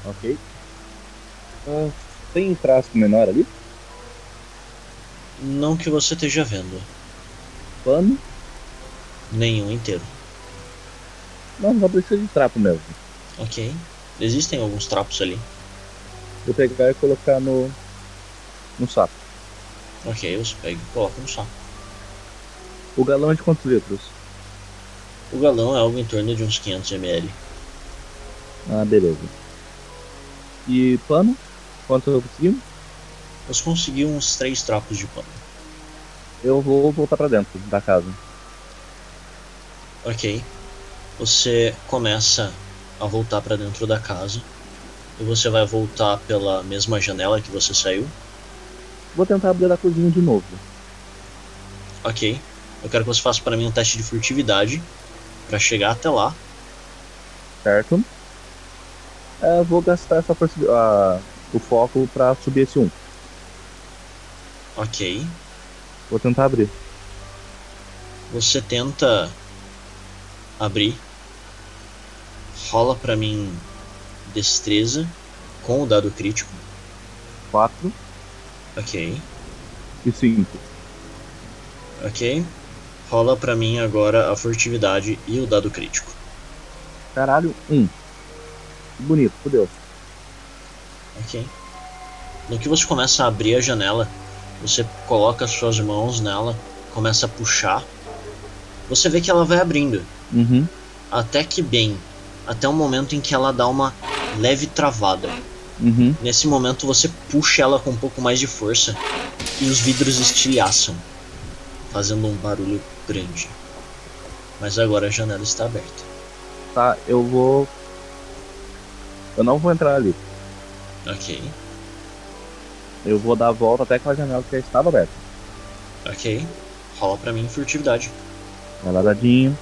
Speaker 2: Ok. Ah, tem um frasco menor ali?
Speaker 1: Não que você esteja vendo.
Speaker 2: Pano?
Speaker 1: Nenhum inteiro.
Speaker 2: Não, só precisa de trapo mesmo.
Speaker 1: Ok. Existem alguns trapos ali.
Speaker 2: Vou pegar e colocar no. no saco.
Speaker 1: Ok, você pega e coloca no saco.
Speaker 2: O galão é de quantos litros?
Speaker 1: O galão é algo em torno de uns 500 ml.
Speaker 2: Ah, beleza. E pano? Quanto eu consegui?
Speaker 1: Você conseguiu uns três trapos de pano.
Speaker 2: Eu vou voltar pra dentro da casa.
Speaker 1: Ok. Você começa a voltar pra dentro da casa. E você vai voltar pela mesma janela que você saiu.
Speaker 2: Vou tentar abrir da cozinha de novo.
Speaker 1: Ok. Eu quero que você faça pra mim um teste de furtividade pra chegar até lá.
Speaker 2: Certo? É, vou gastar essa força- a- o foco pra subir esse um.
Speaker 1: Ok.
Speaker 2: Vou tentar abrir.
Speaker 1: Você tenta abrir. Rola pra mim destreza com o dado crítico.
Speaker 2: 4
Speaker 1: Ok.
Speaker 2: e 5.
Speaker 1: Ok. Rola pra mim agora a furtividade e o dado crítico.
Speaker 2: Caralho, 1. Bonito, fodeu.
Speaker 1: Ok. No que você começa a abrir a janela, você coloca suas mãos nela, começa a puxar. Você vê que ela vai abrindo,
Speaker 2: Uhum.
Speaker 1: até que bem, até o momento em que ela dá uma leve travada.
Speaker 2: Uhum.
Speaker 1: Nesse momento você puxa ela com um pouco mais de força e os vidros estilhaçam, fazendo um barulho grande. Mas agora a janela está aberta.
Speaker 2: Tá, eu vou. Eu não vou entrar ali.
Speaker 1: Ok.
Speaker 2: Eu vou dar a volta até aquela janela que já estava aberta.
Speaker 1: Ok. Rola pra mim furtividade.
Speaker 2: Vai lá, dadinho.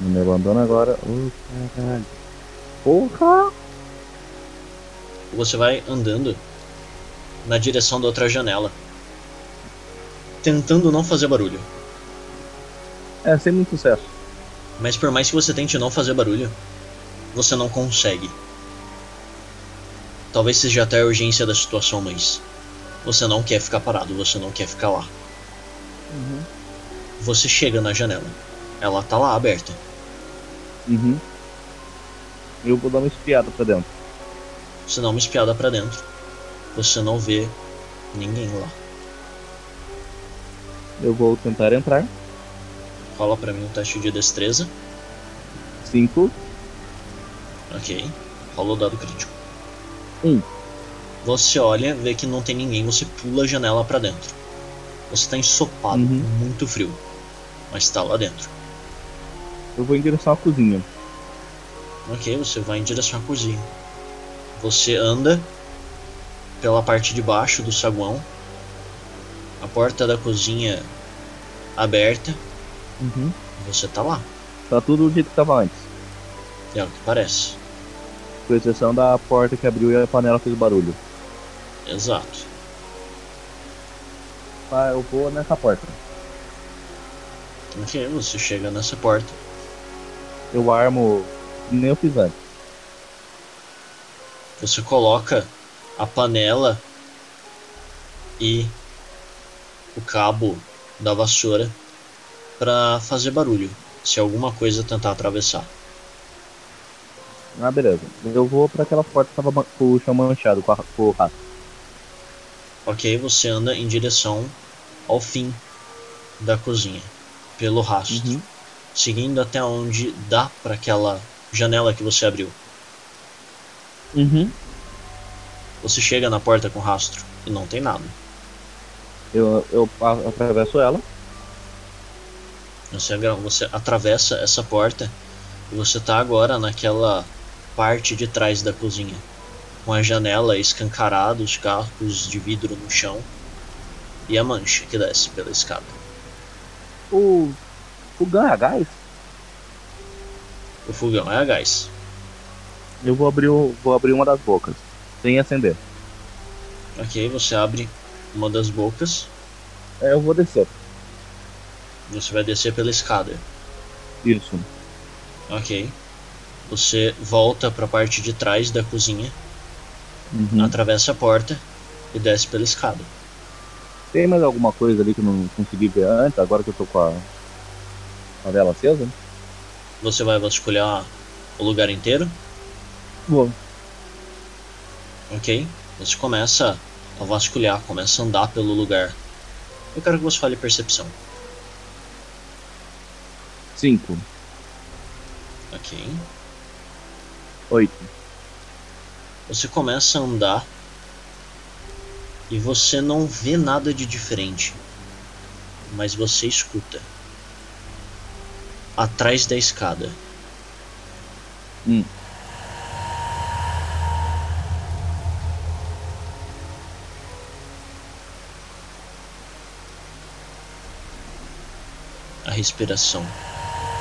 Speaker 2: Não me abandona um agora. Ô, caralho. Porra!
Speaker 1: Você vai andando na direção da outra janela, tentando não fazer barulho.
Speaker 2: É, sem muito sucesso.
Speaker 1: Mas por mais que você tente não fazer barulho, você não consegue. Talvez seja até a urgência da situação, mas você não quer ficar parado, você não quer ficar lá.
Speaker 2: Uhum.
Speaker 1: Você chega na janela. Ela tá lá aberta.
Speaker 2: Uhum. Eu vou dar uma espiada pra dentro.
Speaker 1: Você dá uma espiada pra dentro. Você não vê ninguém lá.
Speaker 2: Eu vou tentar entrar.
Speaker 1: Rola pra mim um teste de destreza.
Speaker 2: 5.
Speaker 1: Ok. Rola o dado crítico.
Speaker 2: Um.
Speaker 1: Você olha, vê que não tem ninguém, você pula a janela pra dentro. Você tá ensopado,
Speaker 2: Uhum.
Speaker 1: muito frio. Mas tá lá dentro.
Speaker 2: Eu vou em direção à cozinha.
Speaker 1: Ok, você vai em direção à cozinha. Você anda pela parte de baixo do saguão. A porta da cozinha aberta.
Speaker 2: Uhum.
Speaker 1: Você tá lá.
Speaker 2: Tá tudo do jeito que tava antes.
Speaker 1: É o que parece.
Speaker 2: Com exceção da porta que abriu e a panela fez barulho.
Speaker 1: Exato.
Speaker 2: Tá, eu vou nessa porta.
Speaker 1: Ok, você chega nessa porta.
Speaker 2: Eu armo que nem eu fiz antes.
Speaker 1: Você coloca a panela e o cabo da vassoura pra fazer barulho se alguma coisa tentar atravessar.
Speaker 2: Ah, beleza. Eu vou pra aquela porta que tava man- com o chão manchado, com, a, com o rato.
Speaker 1: Ok, você anda em direção ao fim da cozinha pelo rastro,
Speaker 2: Uhum.
Speaker 1: seguindo até onde dá pra aquela janela que você abriu.
Speaker 2: Uhum.
Speaker 1: Você chega na porta com rastro e não tem nada.
Speaker 2: Eu, eu pa- atravesso ela.
Speaker 1: Né, Você, agra- você atravessa essa porta e você tá agora naquela parte de trás da cozinha. Com a janela escancarada, os carros de vidro no chão e a mancha que desce pela escada.
Speaker 2: O. O Gun é a gás?
Speaker 1: O fogão é a gás.
Speaker 2: Eu vou abrir, o- vou abrir uma das bocas. Sem acender.
Speaker 1: Ok, você abre uma das bocas
Speaker 2: É, eu vou descer.
Speaker 1: e você vai descer pela escada.
Speaker 2: Isso.
Speaker 1: Ok. Você volta pra parte de trás da cozinha,
Speaker 2: Uhum.
Speaker 1: atravessa a porta e desce pela escada.
Speaker 2: Tem mais alguma coisa ali que eu não consegui ver antes, agora que eu tô com a. a vela acesa?
Speaker 1: Você vai vasculhar o lugar inteiro?
Speaker 2: Vou.
Speaker 1: Ok? Você começa a vasculhar, começa a andar pelo lugar. Eu quero que você fale percepção.
Speaker 2: 5,
Speaker 1: Ok?
Speaker 2: 8.
Speaker 1: Você começa a andar e você não vê nada de diferente, mas você escuta. Atrás da escada.
Speaker 2: Hum.
Speaker 1: A respiração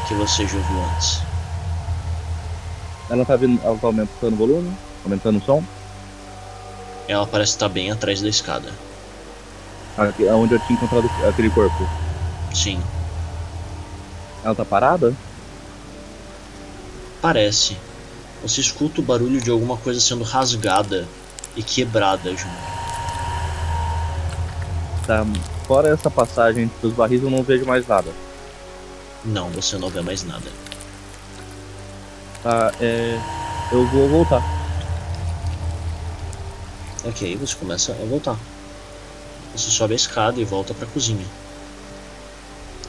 Speaker 1: que você já ouviu antes.
Speaker 2: Ela tá vindo. Ela tá aumentando o volume, aumentando o som.
Speaker 1: Ela parece estar bem atrás da escada.
Speaker 2: Aqui, onde eu tinha encontrado aquele corpo.
Speaker 1: Sim,
Speaker 2: Ela tá parada?
Speaker 1: parece. Você escuta o barulho de alguma coisa sendo rasgada e quebrada junto.
Speaker 2: Tá. Fora essa passagem entre os barris eu não vejo mais nada.
Speaker 1: Não, você não vê mais nada.
Speaker 2: Tá, é. Eu vou voltar.
Speaker 1: Ok, você começa a voltar. Você sobe a escada e volta pra cozinha.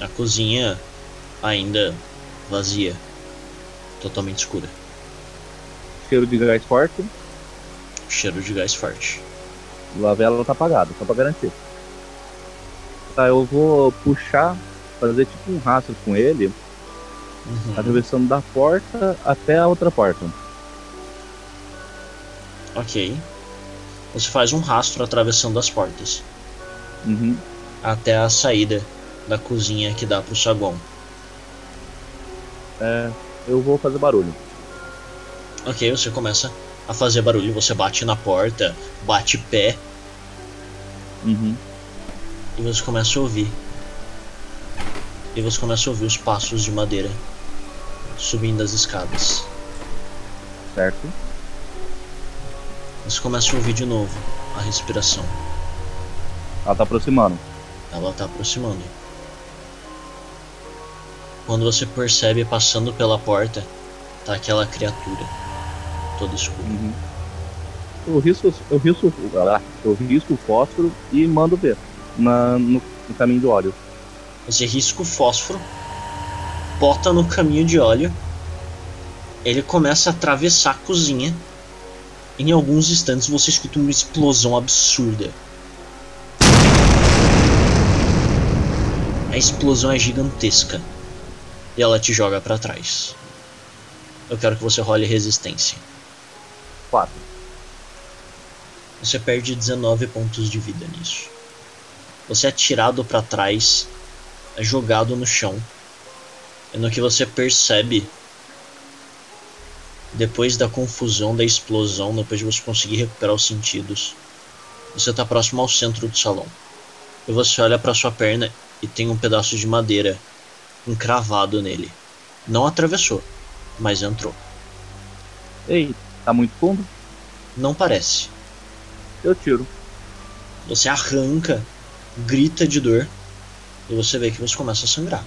Speaker 1: A cozinha ainda vazia, totalmente escura.
Speaker 2: Cheiro de gás forte,
Speaker 1: Cheiro de gás forte.
Speaker 2: a vela tá apagada, só pra garantir. Tá, eu vou puxar, fazer tipo um rastro com ele,
Speaker 1: Uhum.
Speaker 2: atravessando da porta até a outra porta.
Speaker 1: Ok. Você faz um rastro atravessando as portas
Speaker 2: Uhum.
Speaker 1: até a saída da cozinha que dá pro saguão.
Speaker 2: É, eu vou fazer barulho.
Speaker 1: Ok, você começa a fazer barulho, você bate na porta, bate pé
Speaker 2: Uhum.
Speaker 1: e você começa a ouvir. E você começa a ouvir os passos de madeira subindo as escadas.
Speaker 2: Certo?
Speaker 1: Você começa a ouvir de novo a respiração.
Speaker 2: Ela tá aproximando.
Speaker 1: Ela tá aproximando. Quando você percebe passando pela porta, tá aquela criatura toda escura.
Speaker 2: Uhum. Eu risco, eu risco, ah, eu risco o fósforo e mando ver na, no, no caminho do óleo.
Speaker 1: Você risca o fósforo, bota no caminho de óleo, ele começa a atravessar a cozinha. Em alguns instantes você escuta uma explosão absurda. A explosão é gigantesca e ela te joga pra trás. Eu quero que você role resistência.
Speaker 2: Quatro.
Speaker 1: Você perde 19 pontos de vida nisso. Você é atirado pra trás, é jogado no chão. E no que você percebe, depois da confusão, da explosão, depois de você conseguir recuperar os sentidos, você tá próximo ao centro do salão. E você olha pra sua perna e tem um pedaço de madeira encravado nele. Não atravessou, mas entrou.
Speaker 2: Ei, tá muito fundo?
Speaker 1: Não parece.
Speaker 2: Eu tiro.
Speaker 1: Você arranca, grita de dor, e você vê que você começa a sangrar.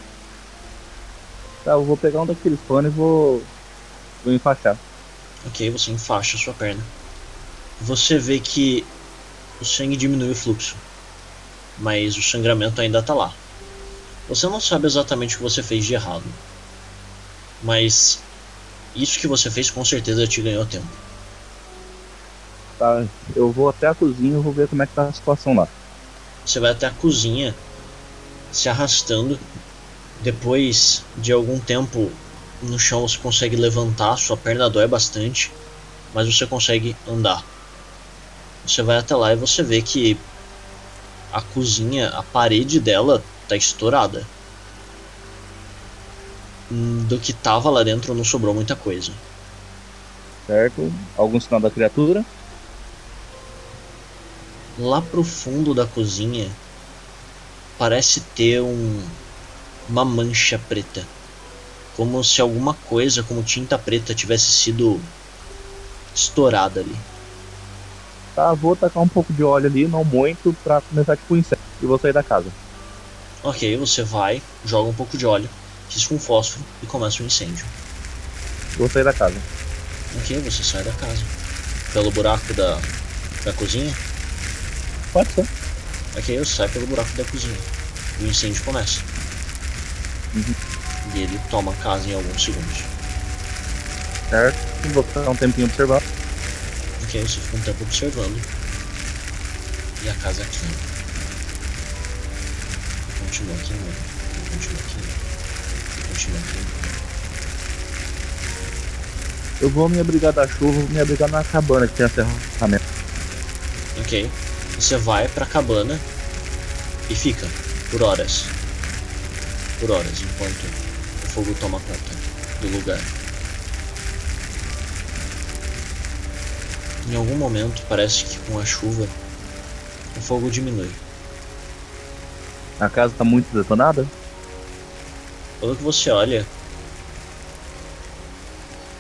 Speaker 2: Tá, eu vou pegar um daqueles panos e vou, vou enfaixar.
Speaker 1: Ok, você enfaixa a sua perna. Você vê que o sangue diminui o fluxo, mas o sangramento ainda tá lá. Você não sabe exatamente o que você fez de errado, mas isso que você fez com certeza te ganhou tempo.
Speaker 2: Tá, eu vou até a cozinha e vou ver como é que tá a situação lá.
Speaker 1: Você vai até a cozinha, se arrastando. Depois de algum tempo no chão, você consegue levantar. Sua perna dói bastante, mas você consegue andar. Você vai até lá e você vê que a cozinha, a parede dela tá estourada. Hum, Do que tava lá dentro não sobrou muita coisa.
Speaker 2: Certo? Algum sinal da criatura?
Speaker 1: lá pro fundo da cozinha parece ter um uma mancha preta, como se alguma coisa, como tinta preta, tivesse sido estourada ali.
Speaker 2: Tá, vou tacar um pouco de óleo ali, não muito, pra começar tipo um inseto. E vou sair da casa.
Speaker 1: Ok, você vai, joga um pouco de óleo, risca um fósforo e começa um incêndio.
Speaker 2: Vou sair da casa.
Speaker 1: Ok, você sai da casa pelo buraco da, da cozinha.
Speaker 2: Pode ser.
Speaker 1: Ok, eu saio pelo buraco da cozinha. O incêndio começa. E ele toma a casa em alguns segundos.
Speaker 2: Certo? Vou ficar um tempinho observar.
Speaker 1: Ok, você fica um tempo observando. E a casa queima. E Continua queimando. e Continua queimando. e Continua queimando.
Speaker 2: Eu vou me abrigar da chuva, vou me abrigar na cabana que tem a ferramenta.
Speaker 1: Ok. Você vai pra cabana e fica por horas. Por horas, enquanto o fogo toma conta do lugar. Em algum momento, parece que com a chuva, o fogo diminui.
Speaker 2: A casa tá muito detonada?
Speaker 1: Quando que você olha,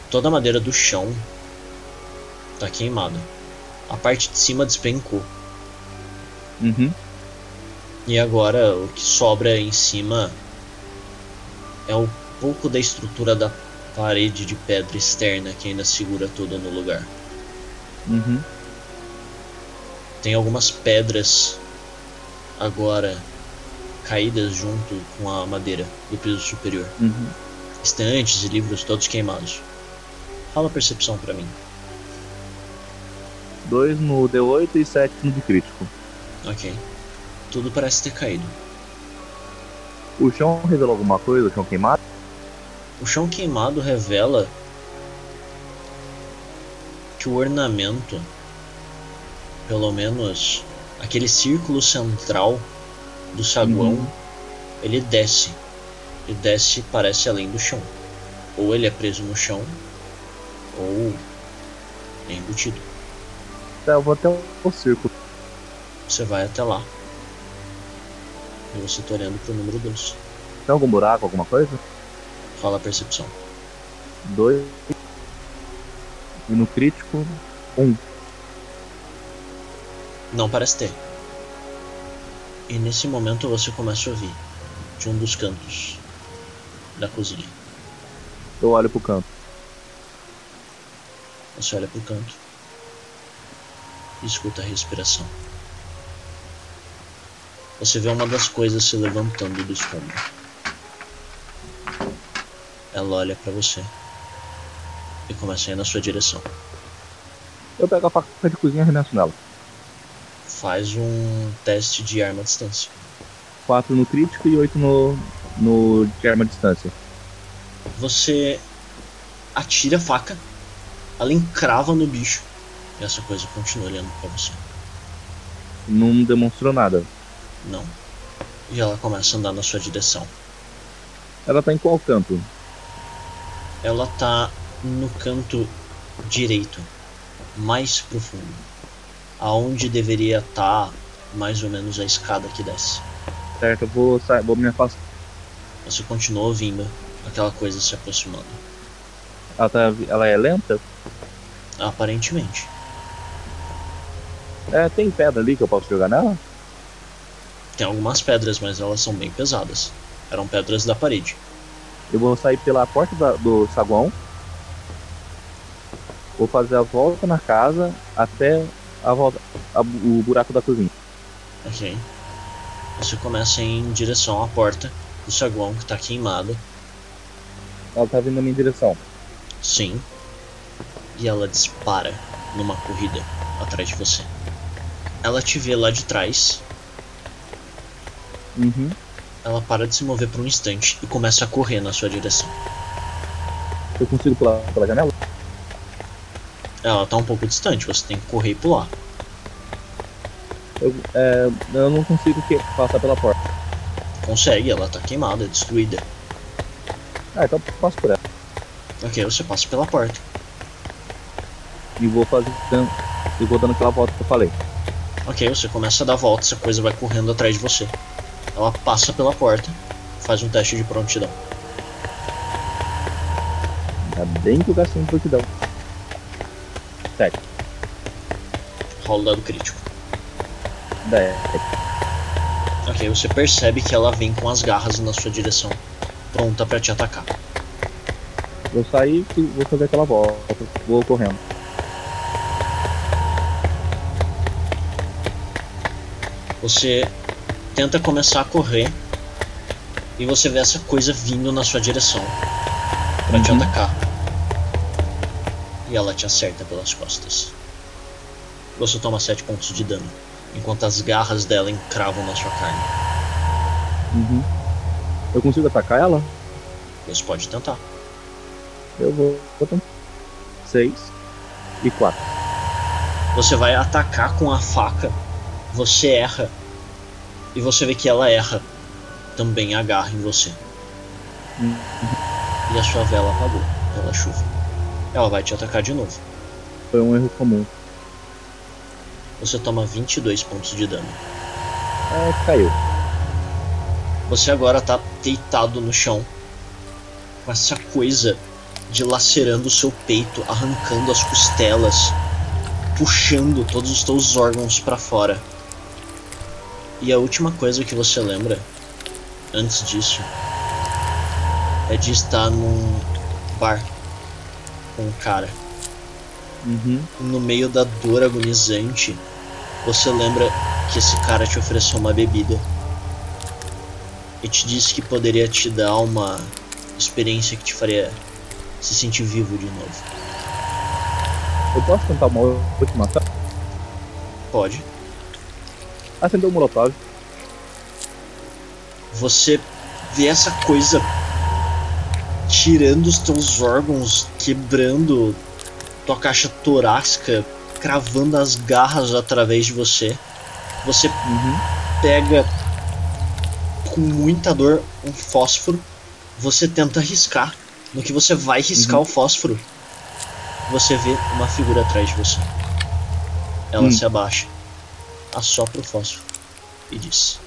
Speaker 1: toda a madeira do chão tá queimada. A parte de cima despencou.
Speaker 2: Uhum.
Speaker 1: E agora o que sobra em cima é um pouco da estrutura da parede de pedra externa que ainda segura tudo no lugar.
Speaker 2: Uhum.
Speaker 1: Tem algumas pedras agora caídas junto com a madeira do piso superior.
Speaker 2: Uhum.
Speaker 1: Estantes e livros todos queimados. Fala a percepção pra mim.
Speaker 2: Dois no D8 e sete no de crítico.
Speaker 1: Ok. Tudo parece ter caído.
Speaker 2: O chão revelou alguma coisa? O chão queimado?
Speaker 1: O chão queimado revela que o ornamento pelo menos aquele círculo central do saguão,
Speaker 2: Uhum.
Speaker 1: ele desce. Ele desce, parece além do chão. Ou ele é preso no chão, ou é embutido.
Speaker 2: Tá, eu vou até o, o circo.
Speaker 1: Você vai até lá. E você tá olhando pro número 2.
Speaker 2: Tem algum buraco, alguma coisa?
Speaker 1: Fala a percepção.
Speaker 2: Dois. E no crítico,
Speaker 1: Não parece ter. E nesse momento você começa a ouvir de um dos cantos da cozinha.
Speaker 2: eu olho pro canto.
Speaker 1: Você olha pro canto e escuta a respiração. Você vê uma das coisas se levantando do escombro. Ela olha pra você e começa a ir na sua direção.
Speaker 2: Eu pego a faca de cozinha e arremesso nela.
Speaker 1: Faz um teste de arma à distância.
Speaker 2: Quatro no crítico e oito no, no de arma à distância.
Speaker 1: Você atira a faca, ela encrava no bicho e essa coisa continua olhando pra você.
Speaker 2: Não demonstrou nada.
Speaker 1: Não. E ela começa a andar na sua direção.
Speaker 2: Ela tá em qual canto?
Speaker 1: ela tá no canto direito, mais profundo, aonde deveria estar mais ou menos a escada que desce.
Speaker 2: Certo, eu vou, sa- vou me afastar.
Speaker 1: Você continua ouvindo aquela coisa se aproximando,
Speaker 2: Ela, tá, ela é lenta?
Speaker 1: aparentemente.
Speaker 2: É, tem pedra ali que eu posso jogar nela?
Speaker 1: Tem algumas pedras, mas elas são bem pesadas. Eram pedras da parede.
Speaker 2: Eu vou sair pela porta da- do saguão. Vou fazer a volta na casa até a volta, a- o buraco da cozinha.
Speaker 1: Ok. Você começa em direção à porta do saguão que tá queimada.
Speaker 2: Ela tá vindo na minha direção.
Speaker 1: Sim. E ela dispara numa corrida atrás de você. Ela te vê lá de trás
Speaker 2: Uhum.
Speaker 1: Ela para de se mover por um instante e começa a correr na sua direção.
Speaker 2: Eu consigo pular pela janela?
Speaker 1: Ela tá um pouco distante, você tem que correr e pular.
Speaker 2: É, Eu não consigo que- passar pela porta.
Speaker 1: Consegue, ela tá queimada, destruída.
Speaker 2: Ah, então eu passo por ela.
Speaker 1: Ok, você passa pela porta.
Speaker 2: E vou fazer. E vou dando aquela volta que eu falei.
Speaker 1: Ok, você começa a dar volta, essa coisa vai correndo atrás de você. Ela passa pela porta, faz um teste de prontidão.
Speaker 2: Ainda bem que eu gastei um prontidão.
Speaker 1: Rola o dado crítico.
Speaker 2: Da é.
Speaker 1: Ok, você percebe que ela vem com as garras na sua direção, pronta pra te atacar.
Speaker 2: Eu saí e vou fazer aquela volta. Vou correndo.
Speaker 1: Você tenta começar a correr e você vê essa coisa vindo na sua direção pra te
Speaker 2: Uhum.
Speaker 1: atacar. E ela te acerta pelas costas. Você toma 7 pontos de dano, enquanto as garras dela encravam na sua carne.
Speaker 2: Uhum. Eu consigo atacar ela?
Speaker 1: Você pode tentar.
Speaker 2: Eu vou. vou tentar. Seis e quatro.
Speaker 1: Você vai atacar com a faca, você erra e você vê que ela erra. Também agarra em você.
Speaker 2: Uhum.
Speaker 1: E a sua vela apagou pela chuva. Ela vai te atacar de novo.
Speaker 2: Foi um erro comum.
Speaker 1: Você toma 22 pontos de dano.
Speaker 2: É, caiu.
Speaker 1: Você agora tá deitado no chão com essa coisa dilacerando o seu peito, arrancando as costelas, puxando todos os teus órgãos pra fora. E a última coisa que você lembra antes disso é de estar num bar com um cara
Speaker 2: Uhum.
Speaker 1: no meio da dor agonizante, você lembra que esse cara te ofereceu uma bebida e te disse que poderia te dar uma experiência que te faria se sentir vivo de novo.
Speaker 2: Eu posso tentar uma última ação?
Speaker 1: Pode.
Speaker 2: Acendeu o Molotov.
Speaker 1: Você vê essa coisa tirando os teus órgãos, quebrando tua caixa torácica, cravando as garras através de você. Você
Speaker 2: Uhum.
Speaker 1: pega com muita dor um fósforo, você tenta riscar. No que você vai riscar o fósforo, você vê uma figura atrás de você. Ela
Speaker 2: Hum.
Speaker 1: se abaixa, assopra o fósforo e diz: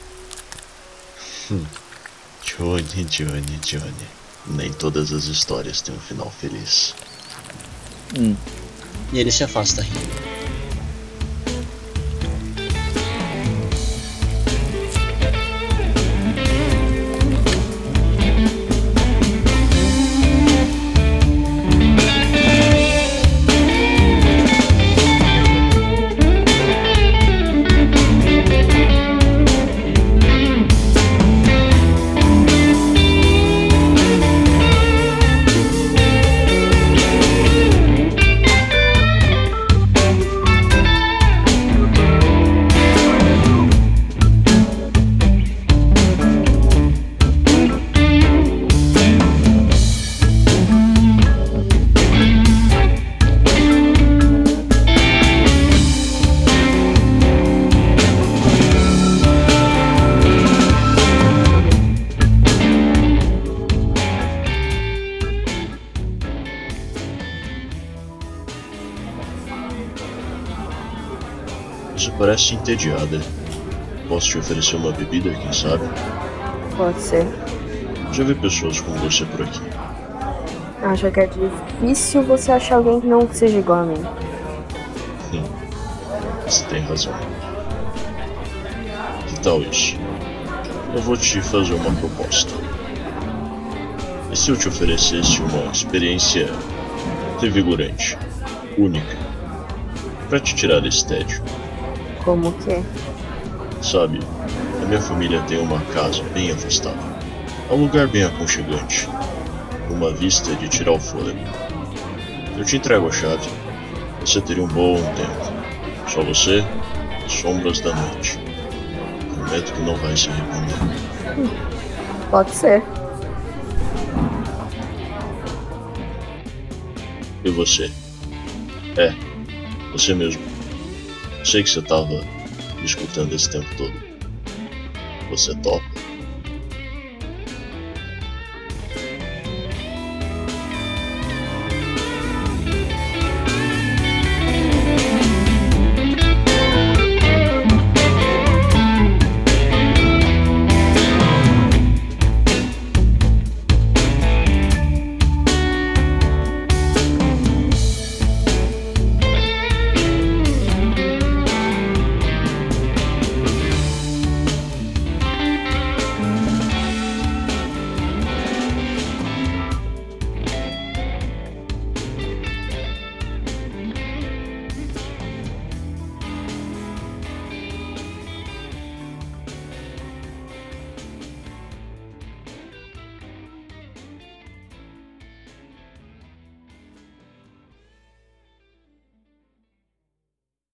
Speaker 3: Johnny, Johnny, Johnny. Nem todas as histórias têm um final feliz.
Speaker 2: Hum.
Speaker 1: E ele se afasta rindo.
Speaker 3: Você parece entediada. Posso te oferecer uma bebida, quem sabe?
Speaker 4: Pode ser.
Speaker 3: Já vi pessoas como você por aqui.
Speaker 4: Acho que é difícil você achar alguém que não seja igual a mim.
Speaker 3: Hum. Você tem razão. Que tal isso? Eu vou te fazer uma proposta. E se eu te oferecesse uma experiência revigorante, única, Pra te tirar desse tédio?
Speaker 4: Como que é?
Speaker 3: Sabe, a minha família tem uma casa bem afastada, a um lugar bem aconchegante, com uma vista de tirar o fôlego. Eu te entrego a chave. Você teria um bom tempo. Só você, as sombras da noite. Prometo que não vai se arrepender.
Speaker 4: Pode ser.
Speaker 3: E você? É, você mesmo. Sei que você tava me escutando esse tempo todo. Você topa?